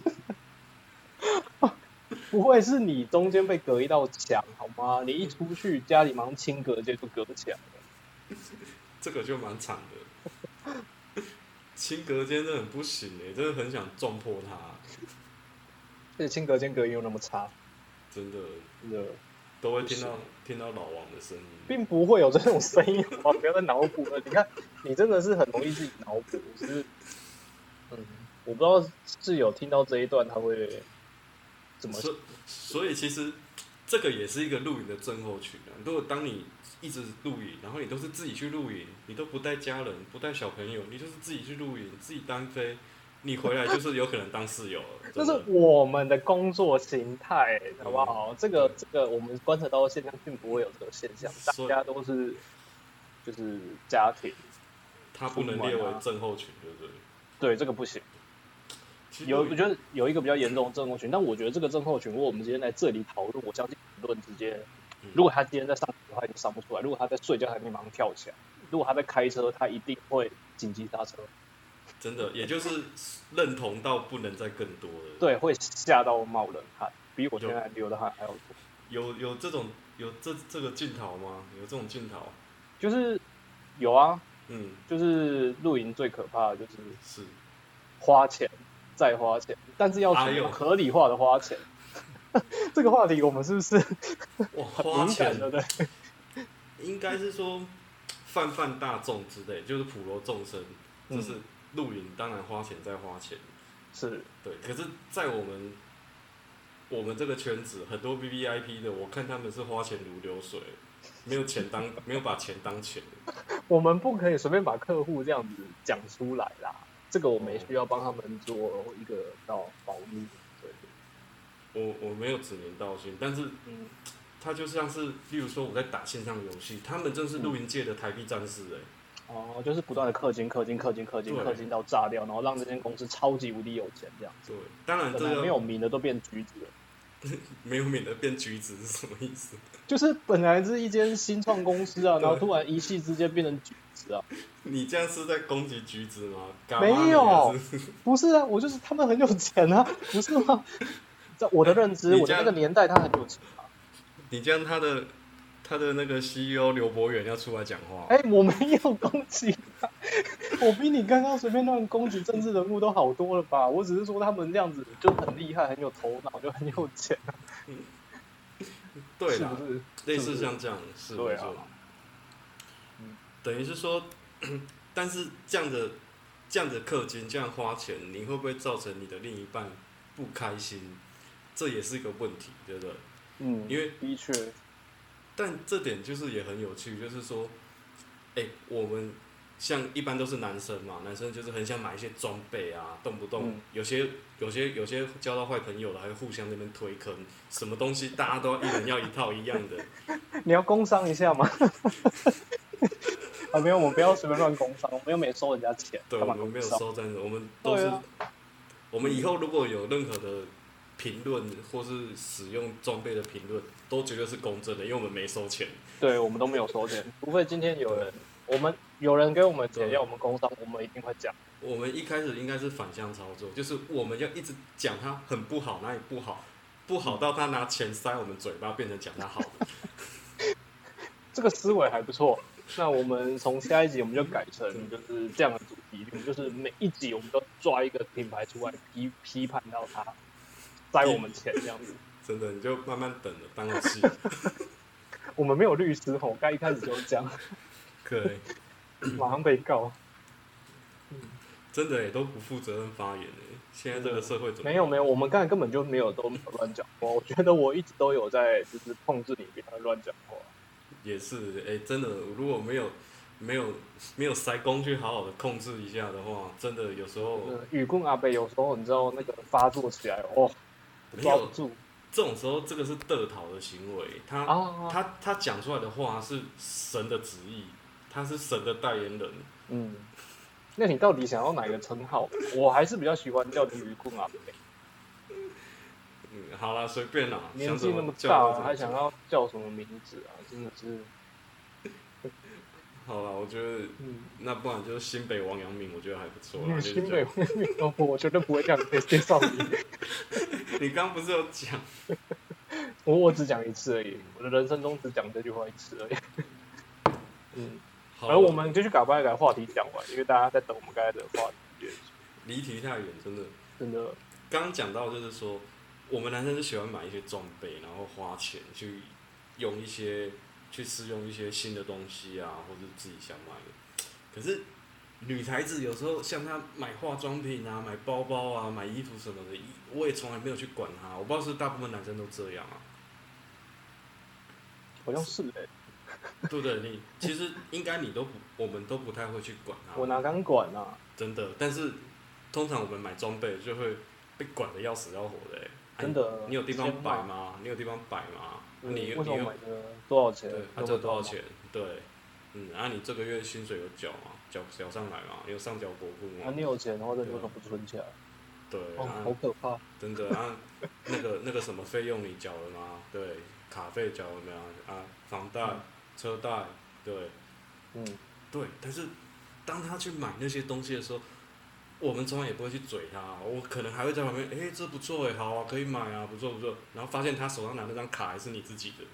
Speaker 1: 不会是你中间被隔一道墙好吗？你一出去，家里马上清隔间就隔墙了。
Speaker 2: 这个就蛮惨的。 清隔间真的很不行哎、真的很想撞破它，
Speaker 1: 而且清隔间隔音又那么差，
Speaker 2: 真的
Speaker 1: 真的
Speaker 2: 都会听到听到老王的声音。
Speaker 1: 并不会有这种声音，好吗？不要再脑补了。你看，你真的是很容易自己脑补，只是嗯，我不知道室友听到这一段他会怎么
Speaker 2: 所以所以其实这个也是一个露营的症候群啊。如果当你一直露营，然后你都是自己去露营，你都不带家人、不带小朋友，你就是自己去露营、自己单飞，你回来就是有可能当室友了。
Speaker 1: 这
Speaker 2: 真
Speaker 1: 是
Speaker 2: 的，
Speaker 1: 我们的工作形态，好不
Speaker 2: 嗯
Speaker 1: 好？这个这个，我们观察到的现象并不会有这个现象，
Speaker 2: 所
Speaker 1: 大
Speaker 2: 以
Speaker 1: 家都是就是家庭，
Speaker 2: 它不能列为症候群，对不对？
Speaker 1: 对这个不行。
Speaker 2: 其实
Speaker 1: 有
Speaker 2: 露营
Speaker 1: 我觉得有一个比较严重的症候群，但我觉得这个症候群，如果我们今天在这里讨论，我相信很多人直接
Speaker 2: 嗯，
Speaker 1: 如果他今天在上学的话，他已经上不出来；如果他在睡觉，他已经马上跳起来；如果他在开车，他一定会紧急刹车，
Speaker 2: 真的，也就是认同到不能再更多了。
Speaker 1: 对，会吓到冒冷汗，比我现在流的汗还要多。
Speaker 2: 有有这种有这这个镜头吗？有这种镜头？
Speaker 1: 就是有啊，
Speaker 2: 嗯，
Speaker 1: 就是露营最可怕的就是
Speaker 2: 是
Speaker 1: 花钱再花钱，但是要
Speaker 2: 哎
Speaker 1: 怎
Speaker 2: 呦
Speaker 1: 么合理化的花钱？ 这个话题我们是不是
Speaker 2: 哇，
Speaker 1: 很
Speaker 2: 花
Speaker 1: 敏感，对不
Speaker 2: 钱
Speaker 1: 对？
Speaker 2: 应该是说泛泛大众之类，就是普罗众生，
Speaker 1: 嗯
Speaker 2: 就是露营，当然花钱再花钱，
Speaker 1: 是，
Speaker 2: 对。可是，在我们我们这个圈子，很多 V V I P 的，我看他们是花钱如流水，没有钱当 没有把钱当钱，
Speaker 1: 我们不可以随便把客户这样子讲出来啦，这个我们也需要帮他们做一个到保密。对，
Speaker 2: 我我没有指名道姓，但是
Speaker 1: 嗯，
Speaker 2: 他就像是，例如说我在打线上游戏，他们真是露营界的台币战士哎、
Speaker 1: 哦，就是不断的氪金、氪金、氪金、氪金、
Speaker 2: 对
Speaker 1: 氪金到炸掉，然后让这间公司超级无敌有钱这样。
Speaker 2: 对，当然
Speaker 1: 本
Speaker 2: 这
Speaker 1: 来
Speaker 2: 个
Speaker 1: 没有名的都变橘子了，
Speaker 2: 没有免得变橘子是什么意思？
Speaker 1: 就是本来是一间新创公司啊，然后突然一夕之间变成橘子啊，
Speaker 2: 你这样是在攻击橘子吗？干嘛
Speaker 1: 没有
Speaker 2: 你这是，
Speaker 1: 不是啊，我就是他们很有钱啊，不是吗？在我的认知，
Speaker 2: 你
Speaker 1: 我的
Speaker 2: 这样
Speaker 1: 那个年代他很有钱啊。
Speaker 2: 你这样他的他的那个 CEO 刘博远要出来讲话，
Speaker 1: 哎、我没有攻击他， 我比你刚刚随便乱攻击政治人物都好多了吧？我只是说他们这样子就很厉害，很有头脑，就很有钱，
Speaker 2: 对
Speaker 1: 是
Speaker 2: 啦，
Speaker 1: 不是？
Speaker 2: 类似像这样是
Speaker 1: 对
Speaker 2: 没
Speaker 1: 啊
Speaker 2: 错
Speaker 1: 嗯，
Speaker 2: 等于是说， 但是这样的这样的氪金，这样花钱，你会不会造成你的另一半不开心？这也是一个问题，对不对？
Speaker 1: 嗯，
Speaker 2: 因为
Speaker 1: 的确，
Speaker 2: 但这点就是也很有趣，就是说，哎、我们像一般都是男生嘛，男生就是很想买一些装备啊，动不动、
Speaker 1: 嗯
Speaker 2: 有些有些有些交到坏朋友了，还会互相在那边推坑，什么东西大家都要一人要一套一样 的，
Speaker 1: 你要工商一下吗？ 啊，没有，我们不要随便乱工商，我们又没收人家钱，
Speaker 2: 对，
Speaker 1: 干
Speaker 2: 我
Speaker 1: 嘛
Speaker 2: 们没
Speaker 1: 工
Speaker 2: 有
Speaker 1: 商？
Speaker 2: 收真的，我们都是
Speaker 1: 对啊，
Speaker 2: 我们以后如果有任何的评论或是使用装备的评论，都绝对是公正的，因为我们没收钱。
Speaker 1: 对，我们都没有收钱，除非今天有人，我们有人给我们钱
Speaker 2: 对
Speaker 1: 要我们工商，我们一定会讲。
Speaker 2: 我们一开始应该是反向操作，就是我们要一直讲他很不好，哪里不好，不好到他拿钱塞我们嘴巴，变成讲他好的。
Speaker 1: 这个思维还不错。那我们从下一集我们就改成就是这样的主题，我们就是每一集我们都抓一个品牌出来批批判到它，塞我们钱这样子。
Speaker 2: 真的，你就慢慢等着当个戏。
Speaker 1: 我们没有律师吼，我刚一开始就讲，
Speaker 2: 可以，
Speaker 1: 马上被告。
Speaker 2: 真的也都不负责任发言诶。现在这个社会怎么
Speaker 1: 没有没有，我们刚才根本就没有都没有乱讲话。我觉得我一直都有在就是控制你不要乱讲话。
Speaker 2: 也是诶，真的，如果没有没有没有塞工去好好的控制一下的话，真的有时候
Speaker 1: 呃雨棍阿北有时候你知道那个发作起来哦，
Speaker 2: 没
Speaker 1: 抓不
Speaker 2: 有
Speaker 1: 住
Speaker 2: 这种时候，这个是得逃的行为。他、
Speaker 1: 啊，
Speaker 2: 他他讲出来的话是神的旨意，他是神的代言人。
Speaker 1: 嗯，那你到底想要哪个称号？我还是比较喜欢叫你雨棍阿北。
Speaker 2: 嗯，好啦，随便啦，
Speaker 1: 年
Speaker 2: 想
Speaker 1: 纪
Speaker 2: 怎
Speaker 1: 那么
Speaker 2: 叫
Speaker 1: 大
Speaker 2: 就怎
Speaker 1: 了，
Speaker 2: 么
Speaker 1: 还想
Speaker 2: 叫
Speaker 1: 要叫什么名字啊？真的是，
Speaker 2: 好了，我觉得
Speaker 1: 嗯，
Speaker 2: 那不然就是新北王阳明，我觉得还不错啦。
Speaker 1: 嗯
Speaker 2: 就是这
Speaker 1: 新
Speaker 2: 样
Speaker 1: 北会 面哦，我绝对不会这样介绍你。
Speaker 2: 你刚刚不是有讲？
Speaker 1: 我我只讲一次而已，我的人生中只讲这句话一次而已。 嗯，
Speaker 2: 好啦
Speaker 1: 而我们继续搞不改话题讲完，因为大家在等我们刚才的话题，
Speaker 2: 离题太远，真的。
Speaker 1: 真的，
Speaker 2: 刚刚讲到就是说，我们男生就喜欢买一些装备，然后花钱去用一些去试用一些新的东西啊，或者是自己想买的。可是女孩子有时候像她买化妆品啊、买包包啊、买衣服什么的，我也从来没有去管她。我不知道是不是大部分男生都这样啊。
Speaker 1: 好像是哎、
Speaker 2: 对不对？你其实应该你都不，我们都不太会去管它。
Speaker 1: 我哪敢管啊？
Speaker 2: 真的，但是通常我们买装备就会被管的要死要活的、欸。啊
Speaker 1: 真的
Speaker 2: 你你有地方
Speaker 1: 先买
Speaker 2: 摆吗？你有地方摆吗？啊
Speaker 1: 嗯
Speaker 2: 你有
Speaker 1: 为什么
Speaker 2: 你有
Speaker 1: 买的多少钱
Speaker 2: 对？，啊，
Speaker 1: 有没
Speaker 2: 这
Speaker 1: 有
Speaker 2: 多少？钱？对，嗯，啊，你这个月薪水有缴吗？缴缴上来吗？你有上缴国库
Speaker 1: 啊，
Speaker 2: 吗？
Speaker 1: 你有钱的话，那你为什么不存起来？
Speaker 2: 对，
Speaker 1: 哦，
Speaker 2: 啊
Speaker 1: 好，可怕！
Speaker 2: 真的啊，那个那个什么费用你缴了吗？对，卡费缴了没有？啊，房贷、
Speaker 1: 嗯
Speaker 2: 车贷，对，
Speaker 1: 嗯，
Speaker 2: 对，但是当他去买那些东西的时候，我们从来也不会去嘴他，啊我可能还会在旁边，哎、这不错哎、好啊，可以买啊，不错不错。然后发现他手上拿那张卡还是你自己的，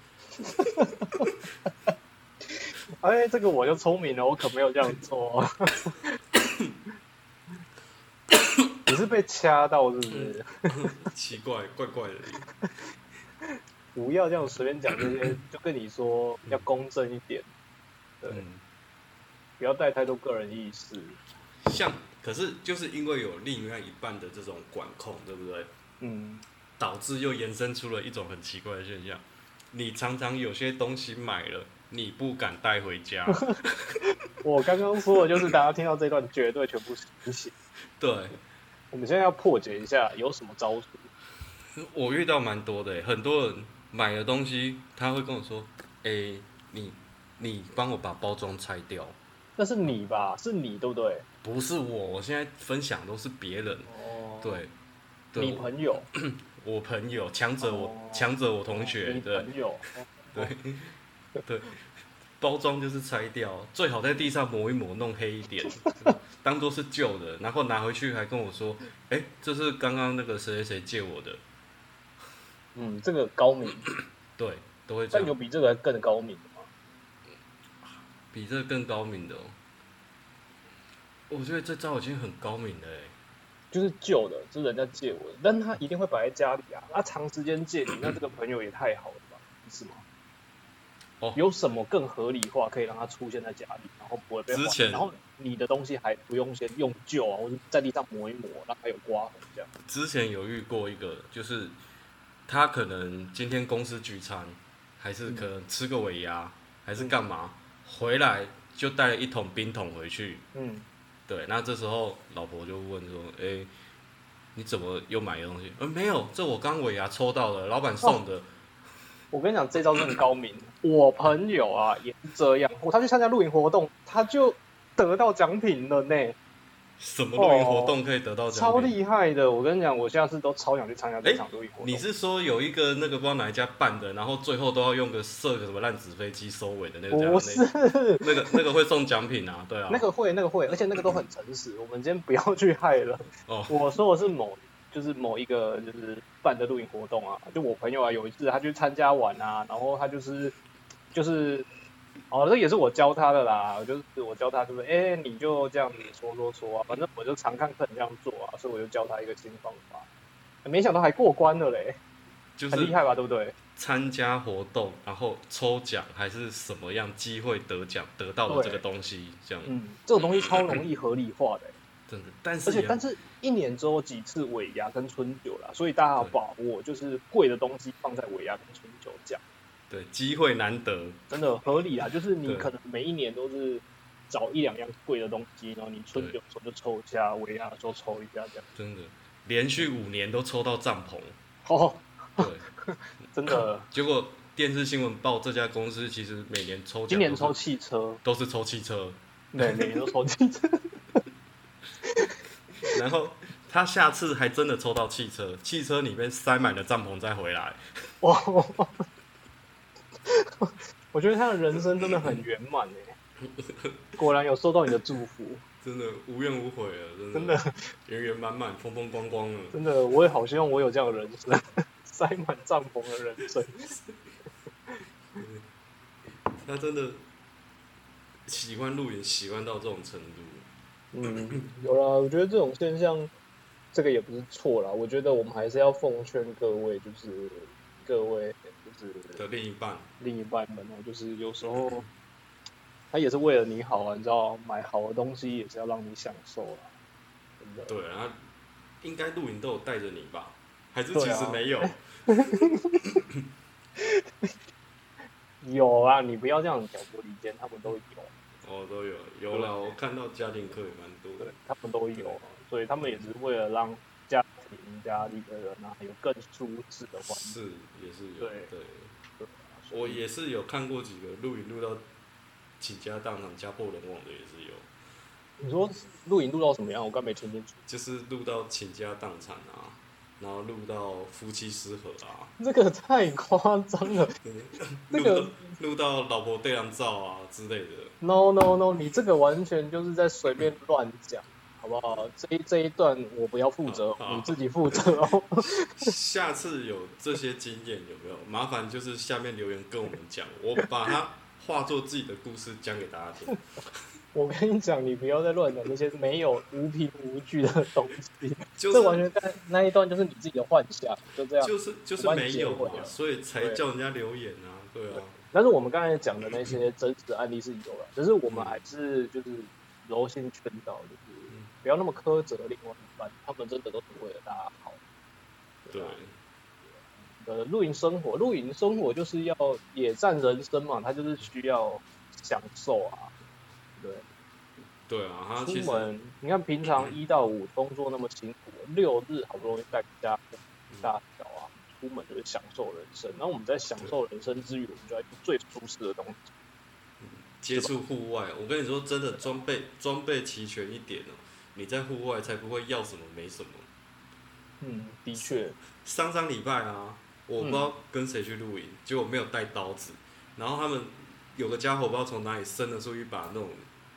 Speaker 1: 哎，这个我就聪明了，我可没有这样 做、哦。你是被掐到是不
Speaker 2: 嗯
Speaker 1: 是？
Speaker 2: 奇怪，怪怪的。
Speaker 1: 不要这样随便讲这些，就跟你说要公正一点，对
Speaker 2: 嗯，
Speaker 1: 不要带太多个人意识。
Speaker 2: 像可是就是因为有另外一半的这种管控，对不对？
Speaker 1: 嗯，
Speaker 2: 导致又延伸出了一种很奇怪的现象，你常常有些东西买了，你不敢带回家。
Speaker 1: 我刚刚说的就是大家听到这段绝对全部清醒。
Speaker 2: 对，
Speaker 1: 我们现在要破解一下有什么招数。
Speaker 2: 我遇到蛮多的欸，很多人买了东西，他会跟我说：“哎、你你帮我把包装拆掉。
Speaker 1: 那是你吧？是你对不对？”
Speaker 2: 不是我，我现在分享都是别人，
Speaker 1: 哦，
Speaker 2: 对，
Speaker 1: 你
Speaker 2: 对，我
Speaker 1: 朋友，
Speaker 2: 我朋友强者我
Speaker 1: 哦
Speaker 2: 强者我同学，
Speaker 1: 你
Speaker 2: 对
Speaker 1: 朋友，
Speaker 2: 对，包装就是拆掉，最好在地上抹一抹，弄黑一 点，当做是旧的，然后拿回去还跟我说：“哎、这是刚刚那个谁谁谁借我的。
Speaker 1: 嗯，这个高明，”
Speaker 2: 对，都会这
Speaker 1: 但有
Speaker 2: 样，
Speaker 1: 比这个更高明的吗？
Speaker 2: 比这个更高明的、哦。我觉得这招已经很高明了欸。
Speaker 1: 就是旧的，就是人家借我的，但他一定会摆在家里啊。他长时间借你，那这个朋友也太好了吧？是吗？
Speaker 2: 哦
Speaker 1: 有什么更合理化可以让他出现在家里，然后不会被
Speaker 2: 之
Speaker 1: 还
Speaker 2: 前
Speaker 1: 然后你的东西还不用先用旧啊，或者在地上磨一磨，让它有刮痕这样。
Speaker 2: 之前有遇过一个，就是他可能今天公司聚餐，还是可能吃个尾牙，还是干嘛，回来就带了一桶冰桶回去。
Speaker 1: 嗯，
Speaker 2: 对，那这时候老婆就问说：“哎、你怎么又买东西？”呃，没有，这我刚尾牙抽到的，老板送
Speaker 1: 哦
Speaker 2: 的。
Speaker 1: 我跟你讲，这招真的高明。我朋友啊也是这样，我他去参加露营活动，他就得到奖品了呢。
Speaker 2: 什么露营活动可以得到奖
Speaker 1: 超
Speaker 2: 品？
Speaker 1: 厉害的！我跟你讲，我下次都超想去参加这场录音活动。
Speaker 2: 你是说有一个那个不知道哪一家办的，然后最后都要用个射个什么烂纸飞机收尾的那个奖？
Speaker 1: 不是
Speaker 2: 那那个那个会送奖品啊？对啊，
Speaker 1: 那个会那个会，而且那个都很诚 实。我们今天不要去害了。
Speaker 2: 哦
Speaker 1: 我说的是某就是某一个就是办的露营活动啊，就我朋友啊有一次他去参加完啊，然后他就是就是。哦，这也是我教他的啦，我就是我教他，就是哎，你就这样子说说说啊，反正我就常看客人这样做啊，所以我就教他一个新方法，没想到还过关了嘞，
Speaker 2: 就
Speaker 1: 很
Speaker 2: 是
Speaker 1: 厉害吧，对不对？
Speaker 2: 参加活动，然后抽奖还是什么样机会得奖得到的这个东西，这样
Speaker 1: 嗯，这种东西超容易合理化的、
Speaker 2: 真的。但是
Speaker 1: 而且
Speaker 2: 也
Speaker 1: 但是一年只有几次尾牙跟春酒啦，所以大家要把握，就是贵的东西放在尾牙跟春酒讲，
Speaker 2: 对机会难得，
Speaker 1: 真的合理啊。就是你
Speaker 2: 对
Speaker 1: 可能每一年都是找一两样贵的东西，然后你春酒的时候就抽一下，尾牙的时候抽一下这样。
Speaker 2: 真的连续五年都抽到 帐篷。
Speaker 1: 哦，
Speaker 2: 对，
Speaker 1: 真的，
Speaker 2: 结果电视新闻报这家公司其实每年抽奖
Speaker 1: 今年
Speaker 2: 都是
Speaker 1: 抽汽车，
Speaker 2: 都是抽汽车，
Speaker 1: 对，每年都抽汽车，
Speaker 2: 然后他下次还真的抽到汽车，汽车里面塞满了帐篷再回来。
Speaker 1: 哇，我 我觉得他的人生真的很圆满哎，果然有受到你的祝福，
Speaker 2: 真的无怨无悔了，真的
Speaker 1: 真的
Speaker 2: 圆圆满满、风风光光了。
Speaker 1: 真的，我也好希望我有这样的人生， 塞满帐篷的人生。
Speaker 2: 他真的喜欢露营，喜欢到这种程度。
Speaker 1: 嗯，有啦，我觉得这种现象，这个也不是错啦。我觉得我们还是要奉劝各位，就是各位就是
Speaker 2: 的另一半，
Speaker 1: 另一半们哦，就是有时候他也是为了你好啊，你知道，买好的东西也是要让你享受啊，真的。
Speaker 2: 对，他应该露营都有带着你吧？还是
Speaker 1: 对
Speaker 2: 其
Speaker 1: 啊
Speaker 2: 实没 有？
Speaker 1: 有啊，你不要这样挑拨离间，他们都有，
Speaker 2: 哦，都有，有了。我看到家庭课也蛮多
Speaker 1: 对
Speaker 2: 的。，
Speaker 1: 他们都有啊，所以他们也是为了让家庭家里的人啊有更舒适的环境。
Speaker 2: 是，也是有。
Speaker 1: 对
Speaker 2: 对，我也是有看过几个露营露到倾家荡产、家破人亡的，也是有，
Speaker 1: 你说录影录到什么样？我刚没听清楚。
Speaker 2: 就是露到倾家荡产啊，然后露到夫妻失和啊，
Speaker 1: 这个太夸张了 那
Speaker 2: 露
Speaker 1: 个
Speaker 2: 到露到老婆对狼照啊之类的。
Speaker 1: ！No No No，你这个完全就是在随便乱讲，好不好？这一这一段我不要负责，
Speaker 2: 好好
Speaker 1: 你自己负责 哦。
Speaker 2: 下次有这些经验有没有？麻烦就是下面留言跟我们讲，我把它化作自己的故事讲给大家 听。
Speaker 1: 我跟你讲，你不要再乱讲这些没有无凭无据的东西，
Speaker 2: 就
Speaker 1: 这完
Speaker 2: 是
Speaker 1: 全在那一段就是你自己的幻想，就这样。
Speaker 2: 就是就是
Speaker 1: 我帮你
Speaker 2: 没有
Speaker 1: 结尾
Speaker 2: 嘛，
Speaker 1: 啊
Speaker 2: 所以才叫人家留言啊，对啊，
Speaker 1: 但是我们刚才讲的那些真实案例是有了，只是我们还是就是柔性劝导，就是
Speaker 2: 嗯
Speaker 1: 不要那么苛责另外一半，他们真的都是为了大家好。
Speaker 2: 对
Speaker 1: 啊，呃，露营生活，露营生活就是要野战人生嘛，它就是需要享受啊。对，
Speaker 2: 对啊，他
Speaker 1: 出
Speaker 2: 其实
Speaker 1: 门你看平常一到五工作那么辛苦，六日好不容易在家大小啊，出门就是享受人生。然后我们在享受人生之余，我们就要去最舒适的东西。
Speaker 2: 接触户外，我跟你说真的，装备装备齐全一点哦、你在户外才不会要什么没什么。
Speaker 1: 嗯，的确，
Speaker 2: 上上礼拜啊，我不
Speaker 1: 嗯
Speaker 2: 知道跟谁去露营，结果没有带刀子，然后他们有个家伙不知道从哪里生了出一把那种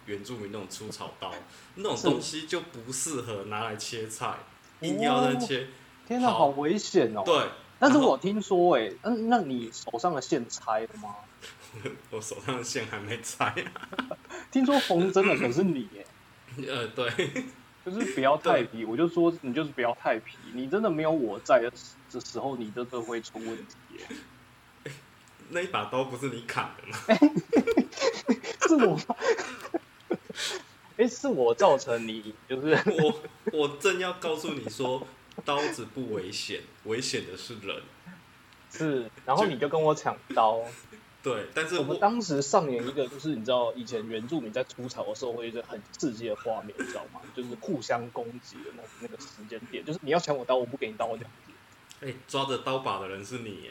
Speaker 2: 原住民那种粗草刀，那种东西就不适合拿来切菜，硬要在那切。
Speaker 1: 天哪，好
Speaker 2: 好
Speaker 1: 危险哦！
Speaker 2: 对，
Speaker 1: 但是
Speaker 2: 然后
Speaker 1: 我听说、欸，哎，嗯，那你手上的线拆了吗？
Speaker 2: 我手上的线还没拆、
Speaker 1: 听说缝针的可是你、欸，
Speaker 2: 呃，对，
Speaker 1: 就是不要太皮，我就说你就是不要太皮，你真的没有我在的时的时候，你真的会出问题欸耶。
Speaker 2: 那一把刀不是你砍的吗？
Speaker 1: 是 我，哎、是我造成你就是
Speaker 2: 我我正要告诉你说，刀子不危险，危险的是人。
Speaker 1: 是，然后你就跟我抢刀。
Speaker 2: 对，但是
Speaker 1: 我
Speaker 2: 我
Speaker 1: 们当时上演一个就是你知道以前原住民在除草的时候会有一个很刺激的画面，你知道吗？就是互相攻击的那那个时间点，就是你要抢我刀，我不给你刀，我讲。
Speaker 2: 哎、抓着刀把的人是你耶，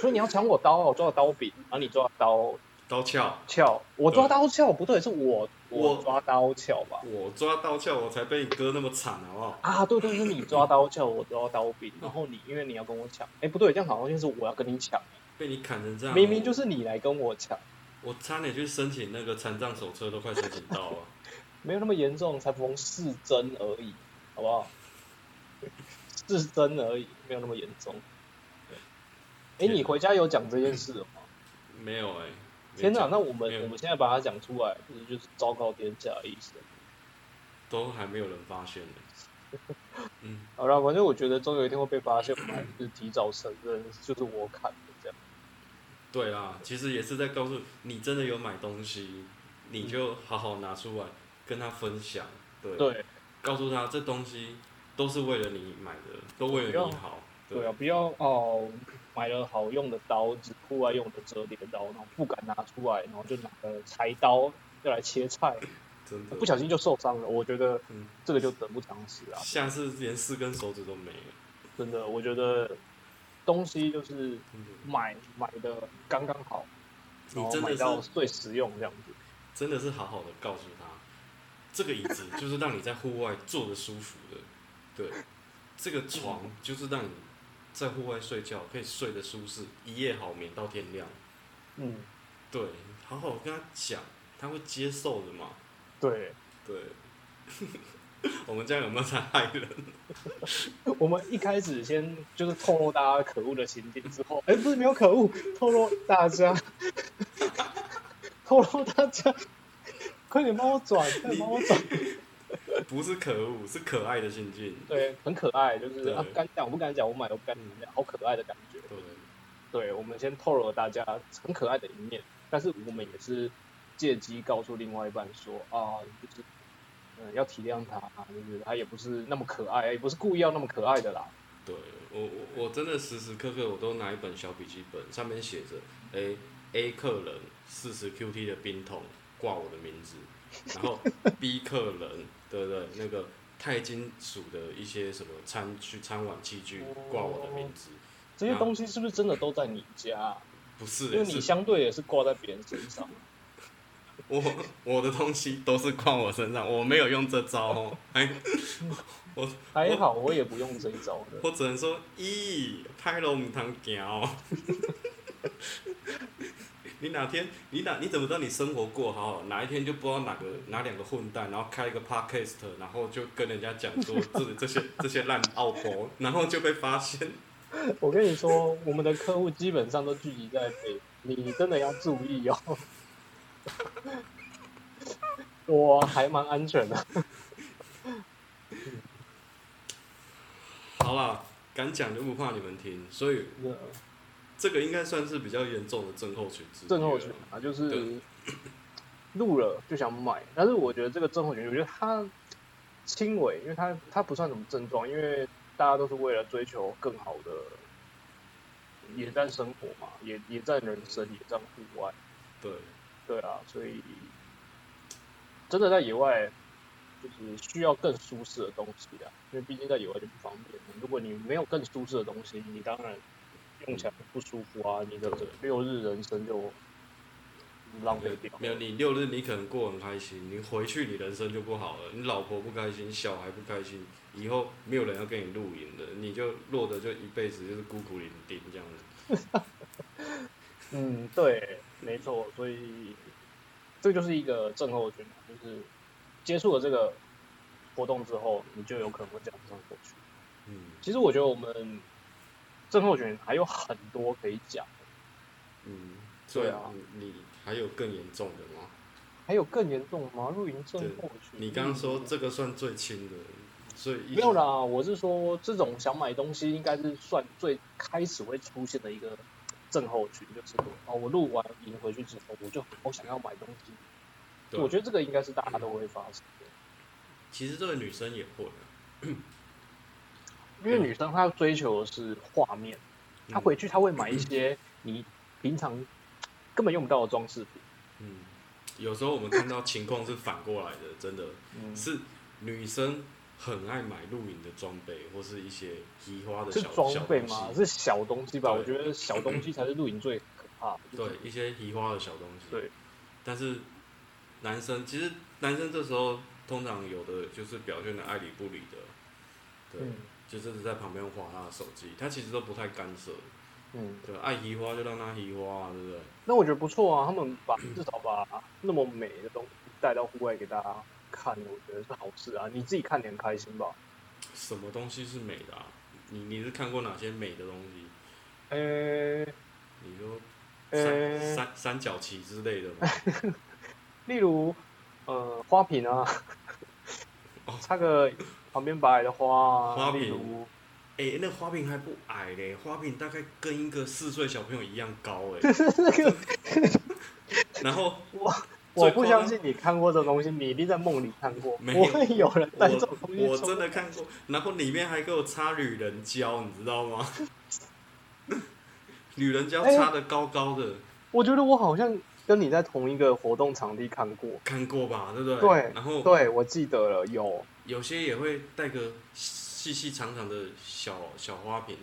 Speaker 1: 所以你要抢我刀，我抓到刀柄，然后你抓刀
Speaker 2: 刀鞘。
Speaker 1: 鞘，我抓
Speaker 2: 对
Speaker 1: 刀鞘不对，是我
Speaker 2: 我
Speaker 1: 我抓刀鞘吧？
Speaker 2: 我抓刀鞘，我才被你割那么惨，好不好？
Speaker 1: 啊，对对，就是你抓刀鞘，我抓刀柄，然后你因为你要跟我抢，哎，不对，这样好像就是我要跟你抢，
Speaker 2: 被你砍成这样，
Speaker 1: 明明就是是你来跟我抢，
Speaker 2: 我差点去申请那个残障手册，都快申请到啊 了。
Speaker 1: 没有那么严重，才缝四针而已，好不好？四针而已，没有那么严重。哎，你回家有讲这件事了吗？
Speaker 2: 没有哎、没
Speaker 1: 天哪，
Speaker 2: 讲
Speaker 1: 那我
Speaker 2: 没
Speaker 1: 们
Speaker 2: 有
Speaker 1: 我们现在把它讲出来，不是就是昭告天下的意思？
Speaker 2: 都还没有人发现呢、嗯，
Speaker 1: 好了，反正我觉得终有一天会被发现，我们还是提早承认，就是我砍的这样。
Speaker 2: 对啦，其实也是在告诉你，真的有买东西，你就好好拿出来跟他分享，对，
Speaker 1: 对
Speaker 2: 告诉他这东西都是为了你买的，都为了你好，
Speaker 1: 对啊，，不要哦，买了好用的刀子，户外用的折叠刀，然后不敢拿出来，然后就拿了柴刀要来切菜，
Speaker 2: 真的
Speaker 1: 不小心就受伤了。我觉得
Speaker 2: 嗯
Speaker 1: 这个就得不偿失啊，
Speaker 2: 下次连四根手指都没了，
Speaker 1: 真的，我觉得东西就是
Speaker 2: 真的
Speaker 1: 买买的刚刚好，然
Speaker 2: 你
Speaker 1: 后
Speaker 2: 真
Speaker 1: 买
Speaker 2: 的是
Speaker 1: 到最实用这样子。
Speaker 2: 真的是好好的告诉他，这个椅子就是让你在户外坐着舒服的，对，这个床就是让你在户外睡觉可以睡得舒适，一夜好眠到天亮。
Speaker 1: 嗯，
Speaker 2: 对，好好跟他讲，他会接受的嘛。
Speaker 1: 对，
Speaker 2: 对， 我们这样有没有在害人？
Speaker 1: 我们一开始先就是透露大家可恶的情境之后，哎、不是没有可恶，透露大家， 透露大家，快点帮我转，快点帮我转。
Speaker 2: 不是可恶，是可爱的心境。
Speaker 1: 对，很可爱，就是
Speaker 2: 对
Speaker 1: 啊，不敢讲，我不敢讲，我买，我不敢讲，好可爱的感觉。
Speaker 2: 对，
Speaker 1: 对，我们先透露了大家很可爱的一面，但是我们也是借机告诉另外一半说啊，就是嗯、呃要体谅他，就是他也不是那么可爱，也不是故意要那么可爱的啦。
Speaker 2: 对我我我真的时时刻刻我都拿一本小笔记本，上面写着，哎、a 客人四十 QT 的冰桶挂我的名字，然后 B 客人对不对？那个钛金属的一些什么餐具、餐碗、器具挂我的名字，
Speaker 1: 这些东西是不是真的都在你家啊？
Speaker 2: 不是、
Speaker 1: 因为
Speaker 2: 欸，
Speaker 1: 你
Speaker 2: 是
Speaker 1: 相对也是挂在别人身 上。
Speaker 2: 我我的东西都是挂我身上，我没有用这招哦，哎，
Speaker 1: 还好我也不用这一招的。
Speaker 2: 我只能说，咦，拍了唔通行哦。 你哪天，你哪，你怎么知道你生活过好好？哪一天就不知道哪个哪两个混蛋，然后开一个 podcast，然后就跟人家讲说这这些这些烂奥博，然后就被发现。
Speaker 1: 我 跟你说，我们的客户基本上都聚集在北，你真的要注意 哦。我还蛮安全的，
Speaker 2: 好啦，敢讲就不怕你们听，所以
Speaker 1: 啊
Speaker 2: 这个应该算是比较严重的症候群之一了
Speaker 1: 症候群啊，就是
Speaker 2: 对
Speaker 1: 录了就想买，但是我觉得这个症候群，我觉得它轻微，因为它它不算什么症状，因为大家都是为了追求更好的野战生活嘛，野野战人生，野战户外，
Speaker 2: 对，
Speaker 1: 对啊，所以真的在野外就是需要更舒适的东西啊，因为毕竟在野外就不方便。如果你没有更舒适的东西，你当然用起来不舒服啊，你的
Speaker 2: 对
Speaker 1: 六日人生就浪费掉。
Speaker 2: 没有，你六日你可能过很开心，你回去你人生就不好了，你老婆不开心，小孩不开心，以后没有人要跟你露营的，你就落得就一辈子就是孤苦伶仃这样子。
Speaker 1: 嗯，对，没错，所以这就是一个症候群啊，就是接触了这个活动之后，你就有可能会这样症候群。
Speaker 2: 嗯
Speaker 1: 其实我觉得我们症候群还有很多可以讲。
Speaker 2: 嗯，所
Speaker 1: 对
Speaker 2: 以
Speaker 1: 啊
Speaker 2: 你你还有更严重的吗？
Speaker 1: 还有更严重的吗？露营症
Speaker 2: 对
Speaker 1: 候群？
Speaker 2: 你刚刚说这个算最轻的，所以一直
Speaker 1: 没有。啦，我是说这种想买东西应该是算最开始会出现的一个症候群，就是哦，我录完影回去之后，我就好想要买东西。
Speaker 2: 对啊
Speaker 1: 我觉得这个应该是大家都会发生的，
Speaker 2: 其实这个女生也会、啊，
Speaker 1: 因
Speaker 2: 嗯
Speaker 1: 为女生她追求的是画面，她回去她会买一些你平常根本用不到的装饰品。
Speaker 2: 嗯，有时候我们看到情况是反过来的，真的。
Speaker 1: 嗯，
Speaker 2: 是女生很爱买露营的装备，或是一些移花的
Speaker 1: 是
Speaker 2: 小
Speaker 1: 装备
Speaker 2: 小
Speaker 1: 吗？
Speaker 2: 东西，
Speaker 1: 是小东西吧？
Speaker 2: 对
Speaker 1: 我觉得小东西才是露营最可怕的。就是
Speaker 2: 对一些移花的小东西。
Speaker 1: 对，
Speaker 2: 但是男生其实男生这时候通常有的就是表现的爱理不理的，对，
Speaker 1: 嗯
Speaker 2: 就就是在旁边划他的手机，他其实都不太干涉，
Speaker 1: 嗯，
Speaker 2: 对，爱移花就让他移花、啊，对不对？
Speaker 1: 那我觉得不错啊，他们把至少把那么美的东西带到户外给大家看，我觉得是好事啊。你自己看得很开心吧？
Speaker 2: 什么东西是美的、啊？你你是看过哪些美的东西？
Speaker 1: 呃、
Speaker 2: 你说三、
Speaker 1: 呃、
Speaker 2: 三三角旗之类的吗？
Speaker 1: 例如呃花瓶啊
Speaker 2: 哦，
Speaker 1: 插个旁边白矮的花啊，
Speaker 2: 花瓶
Speaker 1: 例如
Speaker 2: 哎、那花瓶还不矮嘞，花瓶大概跟一个四岁小朋友一样高 哎。 然后
Speaker 1: 我
Speaker 2: 最
Speaker 1: 不
Speaker 2: 夸张
Speaker 1: 相信你看过这东西，你一定在梦里看过，
Speaker 2: 没
Speaker 1: 不会有人带这种
Speaker 2: 我
Speaker 1: 东西
Speaker 2: 我
Speaker 1: 出
Speaker 2: 真
Speaker 1: 门。
Speaker 2: 的看过，然后里面还给我插铝人胶，你知道吗？ 铝人胶
Speaker 1: 哎
Speaker 2: 插的高高的，
Speaker 1: 我觉得我好像跟你在同一个活动场地看过，
Speaker 2: 看过吧，对不对？
Speaker 1: 对
Speaker 2: 然后
Speaker 1: 对，我记得了，有，
Speaker 2: 有些也会带个细细长长的小小花瓶，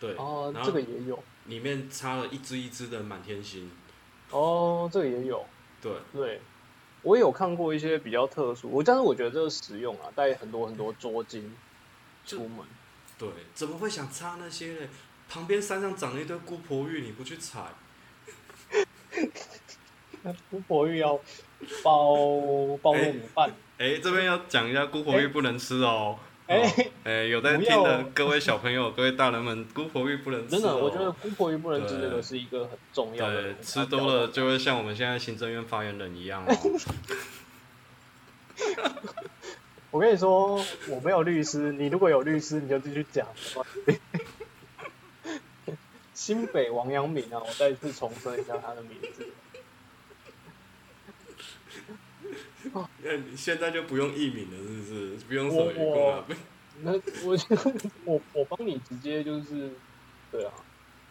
Speaker 2: 对，
Speaker 1: 哦、
Speaker 2: 然
Speaker 1: 这
Speaker 2: 后
Speaker 1: 个也有，
Speaker 2: 里面插了一只一只的满天星，
Speaker 1: 哦，这个也有。
Speaker 2: 对，
Speaker 1: 对，我也有看过一些比较特殊，我但是我觉得这个实用啊，带很多很多捉襟，
Speaker 3: 出门。
Speaker 2: 对，怎么会想插那些嘞？旁边山上长了一堆姑婆芋，你不去采？
Speaker 1: 哎姑婆芋要包包糯米饭，
Speaker 2: 哎、这边要讲一下，姑婆芋不能吃哦。
Speaker 1: 哎
Speaker 2: 哦哎、有在
Speaker 1: 不
Speaker 2: 听
Speaker 1: 要
Speaker 2: 的
Speaker 1: 哦
Speaker 2: 各位小朋友、各位大人们，姑婆芋不能吃、哦。
Speaker 1: 真的，我觉得姑婆芋不能吃
Speaker 2: 对
Speaker 1: 这个是一个很重要的
Speaker 2: 对，，吃多了。就会像我们现在行政院发言人一样哦。
Speaker 1: 我跟你说，我没有律师，你如果有律师，你就继续 讲。没关系新北王阳明啊，我再次重申一下他的名字。
Speaker 2: 那哎你现在就不用艺名了，是不是？不用什么愚公啊？
Speaker 1: 那我我我帮你直接就是，对啊，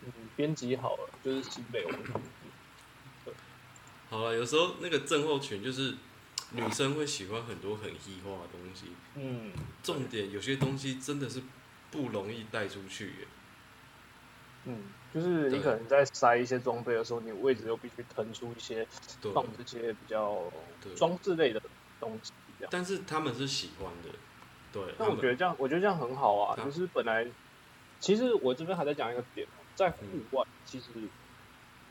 Speaker 1: 嗯，编辑好了，就是新北文化。
Speaker 2: 好了，有时候那个症候群就是女生会喜欢很多很异化的东西，
Speaker 1: 嗯，
Speaker 2: 重点有些东西真的是不容易带出去耶。
Speaker 1: 嗯，就是你
Speaker 2: 对
Speaker 1: 可能在塞一些装备的时候，你位置又必须腾出一些
Speaker 2: 对，
Speaker 1: 放这些比较
Speaker 2: 对
Speaker 1: 装置类的东西。这样，
Speaker 2: 但是他们是喜欢的，对。
Speaker 1: 那我觉
Speaker 2: 得
Speaker 1: 得这样，我觉得这样很好啊。
Speaker 2: 啊
Speaker 1: 就是本来，其实我这边还在讲一个点，哦在户
Speaker 2: 嗯
Speaker 1: 外其实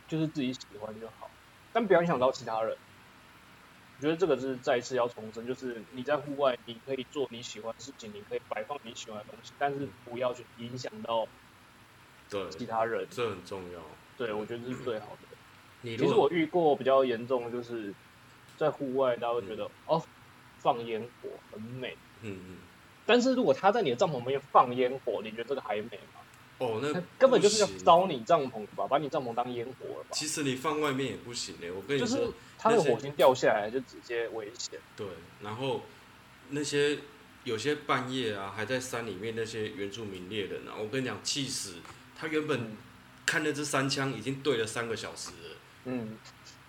Speaker 1: 就是自己喜欢就好，但不要影响到其他人。我觉得这个是再一次要重申，就是你在户外，你可以做你喜欢的事情，你可以摆放你喜欢的东西，但
Speaker 2: 嗯
Speaker 1: 是不要去影响到其
Speaker 2: 对，
Speaker 1: 他人。
Speaker 2: 这很重要。
Speaker 1: 对，我觉得这是最好的。
Speaker 2: 嗯你
Speaker 1: 其
Speaker 2: 如
Speaker 1: 实
Speaker 2: 果
Speaker 1: 我遇过比较严重，的就是在户外，大家会觉得、哦，放烟火很美。
Speaker 2: 嗯嗯，
Speaker 1: 但是如果他在你的帐篷旁边放烟火，你觉得这个还美吗？
Speaker 2: 哦，那
Speaker 1: 他根本就是要
Speaker 2: 不行
Speaker 1: 烧你帐篷吧，把你帐篷当烟火了吧？
Speaker 2: 其实你放外面也不行欸嘞，我跟你
Speaker 1: 就
Speaker 2: 说，
Speaker 1: 是他的火星掉下来就直接危险。
Speaker 2: 对，然后那些有些半夜啊，还在山里面那些原住民猎人啊，我跟你讲，气死！他原本
Speaker 1: 嗯
Speaker 2: 看那支三枪已经对了三个小时了，
Speaker 1: 嗯，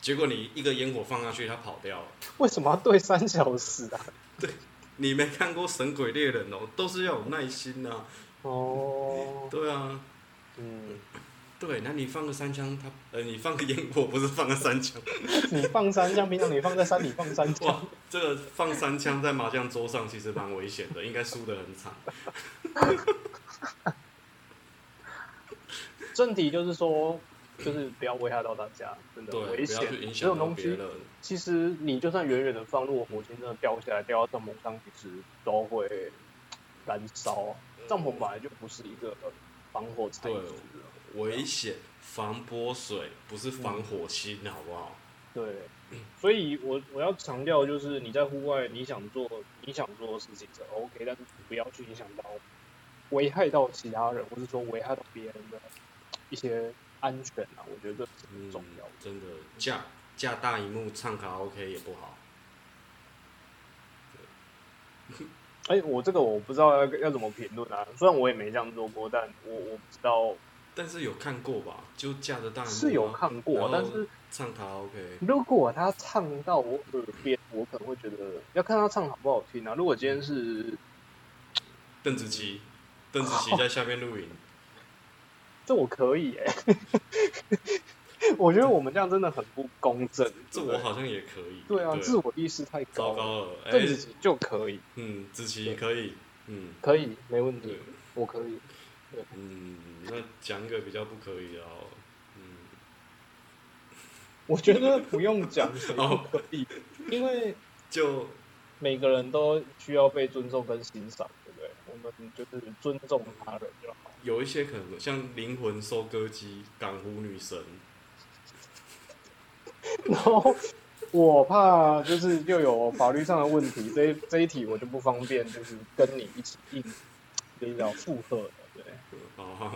Speaker 2: 结果你一个烟火放下去，他跑掉了。
Speaker 1: 为什么要对三小时 啊？
Speaker 2: 你没看过《神鬼猎人》哦，都是要有耐心呐、
Speaker 1: 哦，
Speaker 2: 对啊，
Speaker 1: 嗯，
Speaker 2: 对，那你放个三枪，他呃，你放个烟火，不是放个三 枪。
Speaker 1: 你放三枪，平常你放在山里放三
Speaker 2: 哇
Speaker 1: 枪，，
Speaker 2: 这个放三枪在麻将桌上其实蛮危险的，应该输得很惨。
Speaker 1: 正题就是说，就是不要危害到大家，真的
Speaker 2: 对，
Speaker 1: 危
Speaker 2: 不要去影
Speaker 1: 险。这
Speaker 2: 响
Speaker 1: 种
Speaker 2: 到
Speaker 1: 东
Speaker 2: 别
Speaker 1: 西
Speaker 2: 人。
Speaker 1: 其实你就算远远的放，如果火星真的掉下来，掉到帐篷上，其实都会燃烧。啊帐篷本来就不是一个防火材质啊，
Speaker 2: 危险，防泼水，不是防火星，好不好？
Speaker 1: 对。所以我我要强调就是你在户外你想做你想做的事情是 OK，但是不要去影响到危害到其他人，或是说危害到别人的一些安全啊，我觉得这是很
Speaker 2: 嗯
Speaker 1: 重要的。，
Speaker 2: 真的架架大荧幕唱卡拉 OK 也不好。
Speaker 1: 哎、我这个我不知道要要怎么评论啊，虽然我也没这样做过，但我我不知道
Speaker 2: 但是有看过吧？就架着大荧幕啊
Speaker 1: 是有看过，
Speaker 2: 然
Speaker 1: 但
Speaker 2: 后
Speaker 1: 是
Speaker 2: 唱卡拉 OK，
Speaker 1: 如果他唱到我耳边，我可能会觉得要看他唱好不好听啊。如果今天是，
Speaker 2: 邓紫棋，邓紫棋在下面录影，
Speaker 1: 这我可以哎、 我觉得我们这样真的很不公正。
Speaker 2: 这
Speaker 1: 对不对
Speaker 2: 我好像也可以。
Speaker 1: 对啊，自
Speaker 2: 糟
Speaker 1: 我意识太高了。
Speaker 2: 糕了，哎
Speaker 1: 邓紫，棋就可以，
Speaker 2: 嗯，紫棋可以，嗯，
Speaker 1: 可以没问
Speaker 2: 对
Speaker 1: 题，，我可以。
Speaker 2: 嗯，那讲一个比较不可以的哦，嗯，
Speaker 1: 我觉得不用讲谁都
Speaker 2: 哦
Speaker 1: 可以，因为
Speaker 2: 就
Speaker 1: 每个人都需要被尊重跟欣赏，对不对？我们就是尊重他人就好。
Speaker 2: 有一些可能像灵魂收割机、港湖女神，
Speaker 1: 然后我怕就是又有法律上的问题，这一这一题我就不方便，就是跟你一起硬，就是要附和的，对。
Speaker 2: 哦，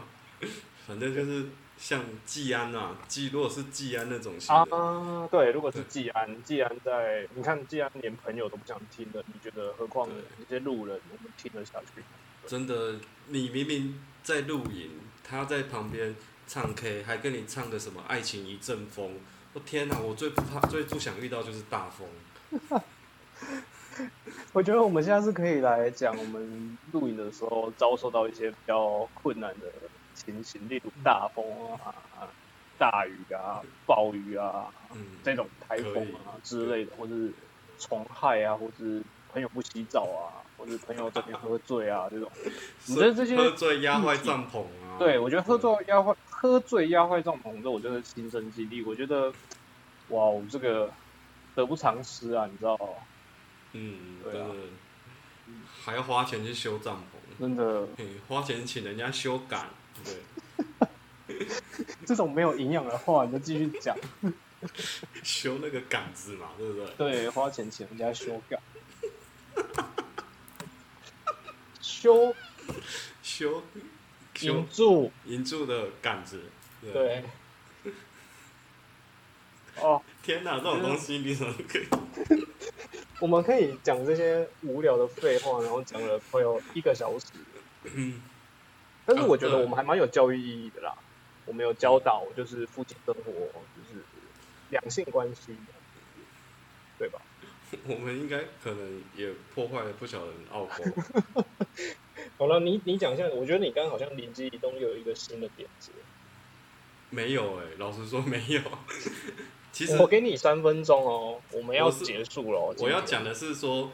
Speaker 2: 反正就是像季安啊，季如果是季安那种型的，
Speaker 1: 啊，对，如果是季安，季安在，你看季安连朋友都不想听了，你觉得何况
Speaker 2: 对
Speaker 1: 这些路人，我们听得下去？
Speaker 2: 真的，你明明在录影，他在旁边唱 K，还跟你唱个什么《爱情一阵风》，我天哪、我最不怕、最不想遇到就是大风。
Speaker 1: 我觉得我们现在是可以来讲我们录影的时候遭受到一些比较困难的情形，例如大风啊、大雨啊、暴雨啊，
Speaker 2: 嗯，
Speaker 1: 这种台风啊之类的，或是虫害啊，或是朋友不洗澡啊，或者朋友整天喝醉啊这种。你
Speaker 2: 所以
Speaker 1: 的这些
Speaker 2: 喝醉压坏帐篷啊，
Speaker 1: 对，我觉得喝醉压坏喝醉压坏帐篷之后，我真的亲身经历，我觉得哇，我这个得不偿失啊，你知道吗，
Speaker 2: 嗯，
Speaker 1: 对啊
Speaker 2: 真的还要花钱去修帐篷，
Speaker 1: 真的
Speaker 2: 嘿，花钱请人家修改，对，
Speaker 1: 这种没有营养的话，你就继续讲。
Speaker 2: 修那个杆子嘛，对不对？
Speaker 1: 对，花钱请人家修改。修
Speaker 2: 修修
Speaker 1: 银柱，
Speaker 2: 银柱的杆子，
Speaker 1: 嗯
Speaker 2: 对，
Speaker 1: 对。哦，
Speaker 2: 天哪，这种东西你怎么可以？
Speaker 1: 我们可以讲这些无聊的废话，然后讲了快有一个小时。
Speaker 2: 嗯
Speaker 1: 但
Speaker 2: 啊
Speaker 1: 是我觉得我们还蛮有教育意义的啦。我们有教导，就是夫妻生活，就是两性关系，对吧？
Speaker 2: 我们应该可能也破坏了不少人的奥博，
Speaker 1: 好了，你你讲一下，我觉得你刚刚好像灵机一动，又有一个新的点子。
Speaker 2: 没有哎、老实说没有。 其实
Speaker 1: 我给你三分钟哦，我们要
Speaker 2: 我是
Speaker 1: 结束了。
Speaker 2: 我要
Speaker 1: 今天
Speaker 2: 讲的是说，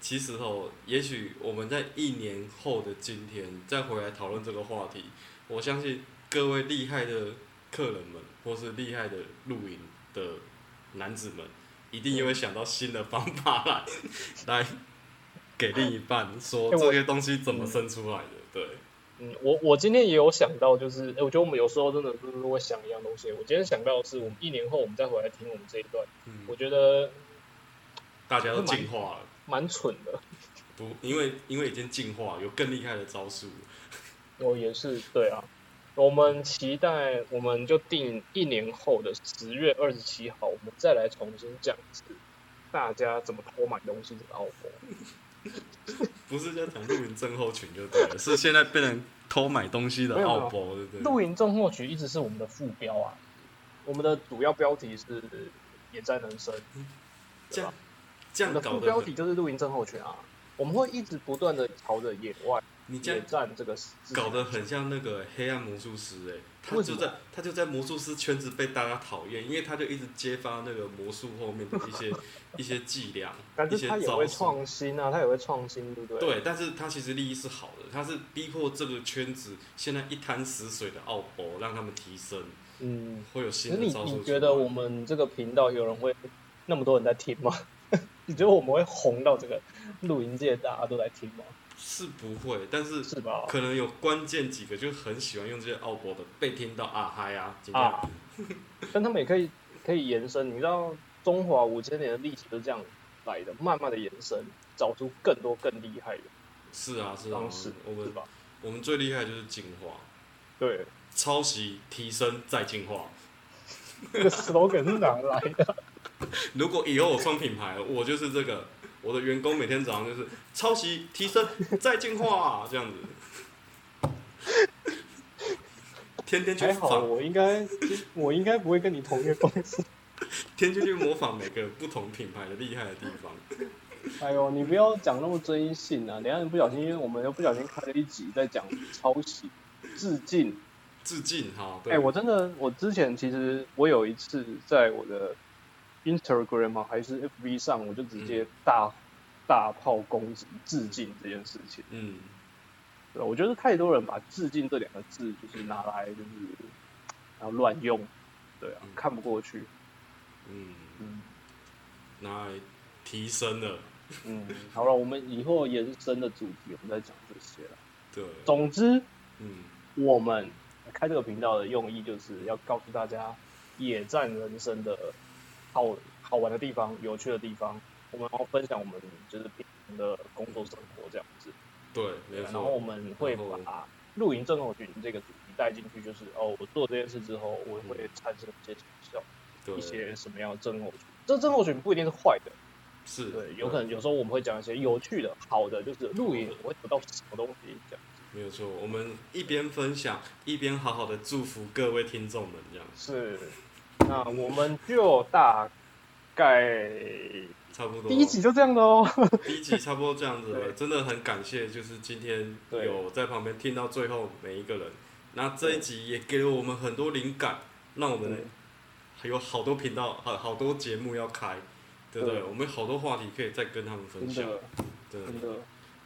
Speaker 2: 其实哦，也许我们在一年后的今天再回来讨论这个话题，我相信各位厉害的客人们，或是厉害的露营的男子们，一定又会想到新的方法 来来给另一半说
Speaker 1: 哎我
Speaker 2: 这些东西怎么生出来的。对，
Speaker 1: 嗯，我我今天也有想到，就是、诶我觉得我们有时候真的就是会想一样东西。我今天想到的是，我们一年后我们再回来听我们这一段，
Speaker 2: 嗯，
Speaker 1: 我觉得
Speaker 2: 大家都进化了，
Speaker 1: 蛮蠢的。
Speaker 2: 不，因为因为已经进化，有更厉害的招数了。
Speaker 1: 我也是，对啊。我们期待，我们就定一年后的十月二十七号，我们再来重新讲一次，大家怎么偷买东西，怎么澳博。
Speaker 2: 不是在讲露营症候群就对了， 是现在被人偷买东西的奥博，对不对？
Speaker 1: 露营重获取一直是我们的副标啊，我们的主要标题是野战人生，
Speaker 2: 这样这
Speaker 1: 啊我们
Speaker 2: 样
Speaker 1: 的
Speaker 2: 搞
Speaker 1: 副
Speaker 2: 得
Speaker 1: 标
Speaker 2: 很，
Speaker 1: 题就是露营症候群啊。我们会一直不断的朝着野外、
Speaker 2: 你这
Speaker 1: 野
Speaker 2: 样
Speaker 1: 战这个事情
Speaker 2: 搞得很像那个黑暗魔术师哎、他
Speaker 1: 为什
Speaker 2: 就
Speaker 1: 么
Speaker 2: 在他就在魔术师圈子被大家讨厌，因为他就一直揭发那个魔术后面的 一些一些伎俩
Speaker 1: 但，
Speaker 2: 一
Speaker 1: 是
Speaker 2: 些
Speaker 1: 他也
Speaker 2: 招
Speaker 1: 会
Speaker 2: 数。
Speaker 1: 创新啊，他也会创新，对不对？，
Speaker 2: 对，但是他其实利益是好的，他是逼迫这个圈子现在一滩死水的奥博，让他们提升，
Speaker 1: 嗯，
Speaker 2: 会有
Speaker 1: 可
Speaker 2: 新
Speaker 1: 是
Speaker 2: 的
Speaker 1: 你
Speaker 2: 招数出来。
Speaker 1: 你觉得我们这个频道有人会那么多人在听吗？ 你觉得我们会红到这个露营界大家都在听吗？
Speaker 2: 是不会，但是
Speaker 1: 是吧？
Speaker 2: 可能有关键几个就很喜欢用这些奥博的，被听到啊嗨啊，今天、
Speaker 1: 啊，但他们也可以可以延伸，你知道中华五千年的历史就是这样来的，慢慢的延伸，找出更多更厉害的
Speaker 2: 是啊是啊
Speaker 1: 方式，，
Speaker 2: 我
Speaker 1: 是
Speaker 2: 们
Speaker 1: 吧？
Speaker 2: 我们最厉害就是进化，
Speaker 1: 对，
Speaker 2: 抄袭、提升再进化。
Speaker 1: 这个 slogan 是哪来 的？
Speaker 2: 如果以后我创品牌，我就是这个，我的员工每天早上就是抄袭、提升再进化这样子，天天去
Speaker 1: 还好
Speaker 2: 仿，
Speaker 1: 我应该我应该不会跟你同一个公司。
Speaker 2: 天天去模仿每个不同品牌的厉害的地方。
Speaker 1: 哎呦，你不要讲那么真性啊！等一下你不小心，因为我们又不小心开了一集在讲抄袭、致敬。
Speaker 2: 致敬哈，
Speaker 1: 哎、
Speaker 2: 对，
Speaker 1: 我真的，我之前其实我有一次在我的 Instagram 嘛还是 FB 上，我就直
Speaker 2: 嗯
Speaker 1: 接大、大炮攻击致敬这件事情。
Speaker 2: 嗯，
Speaker 1: 对吧，我觉得太多人把致敬这两个字就是拿来就是然后乱用，对啊
Speaker 2: 嗯，
Speaker 1: 看不过去。
Speaker 2: 嗯，
Speaker 1: 嗯
Speaker 2: 拿来提升了，
Speaker 1: 嗯，好了，我们以后延伸的主题我们再讲这些了。
Speaker 2: 对，
Speaker 1: 总之，
Speaker 2: 嗯。
Speaker 1: 我们开这个频道的用意就是要告诉大家野战人生的好好玩的地方、有趣的地方，我们要分享我们就是平常的工作生活这样子。
Speaker 2: 对，没
Speaker 1: 然后我
Speaker 2: 错。
Speaker 1: 们会
Speaker 2: 然后
Speaker 1: 把露营症候群这个主题带进去，就是哦，我做这件事之后，我会产生一些成效，
Speaker 2: 对，
Speaker 1: 一些什么样的症候群。这症候群不一定是坏的，
Speaker 2: 是，
Speaker 1: 对，有可能有时候我们会讲一些有趣的、好的，就是露营我会得到什么东西这样。
Speaker 2: 没有错。我们一边分享，一边好好的祝福各位听众们，这样
Speaker 1: 是，那我们就大概
Speaker 2: 差不多。
Speaker 1: 第一集就这样哦喽。
Speaker 2: 第一集差不多这样子了，
Speaker 1: 对
Speaker 2: 真的很感谢，就是今天
Speaker 1: 对
Speaker 2: 有在旁边听到最后每一个人。那这一集也给了我们很多灵感，让我们
Speaker 1: 对
Speaker 2: 还有好多频道，好好多节目要开。对不对？我们好多话题可以再跟他们分
Speaker 1: 真
Speaker 2: 享，
Speaker 1: 的
Speaker 2: 对，
Speaker 1: 真的，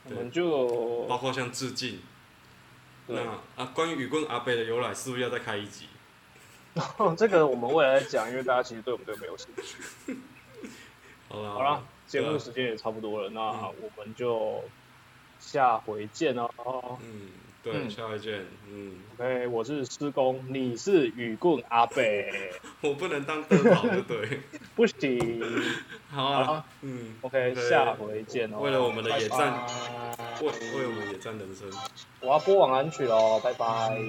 Speaker 1: 我
Speaker 2: 对
Speaker 1: 们就
Speaker 2: 包括像致敬。
Speaker 1: 对
Speaker 2: 那啊，关于雨棍阿贝的由来，是不是要再开一集？
Speaker 1: 这个我们未来再讲，因为大家其实对啊我们都没有兴趣。
Speaker 2: 好啦，
Speaker 1: 好啦，节
Speaker 2: 对
Speaker 1: 目
Speaker 2: 啊
Speaker 1: 时间也差不多了，那我们就下回见哦。
Speaker 2: 嗯，对，
Speaker 1: 嗯
Speaker 2: 下一件，嗯，
Speaker 1: OK，我是施工，你是雨棍阿北，
Speaker 2: 我不能当灯泡，对对？
Speaker 1: 不行。
Speaker 2: 好
Speaker 1: 好
Speaker 2: 啊
Speaker 1: 啊，
Speaker 2: 嗯，
Speaker 1: OK，
Speaker 2: 对
Speaker 1: 下回见哦。
Speaker 2: 为了我们的野战
Speaker 1: 拜拜
Speaker 2: 为为我们野战人生。
Speaker 1: 我要播晚安曲喽，拜拜。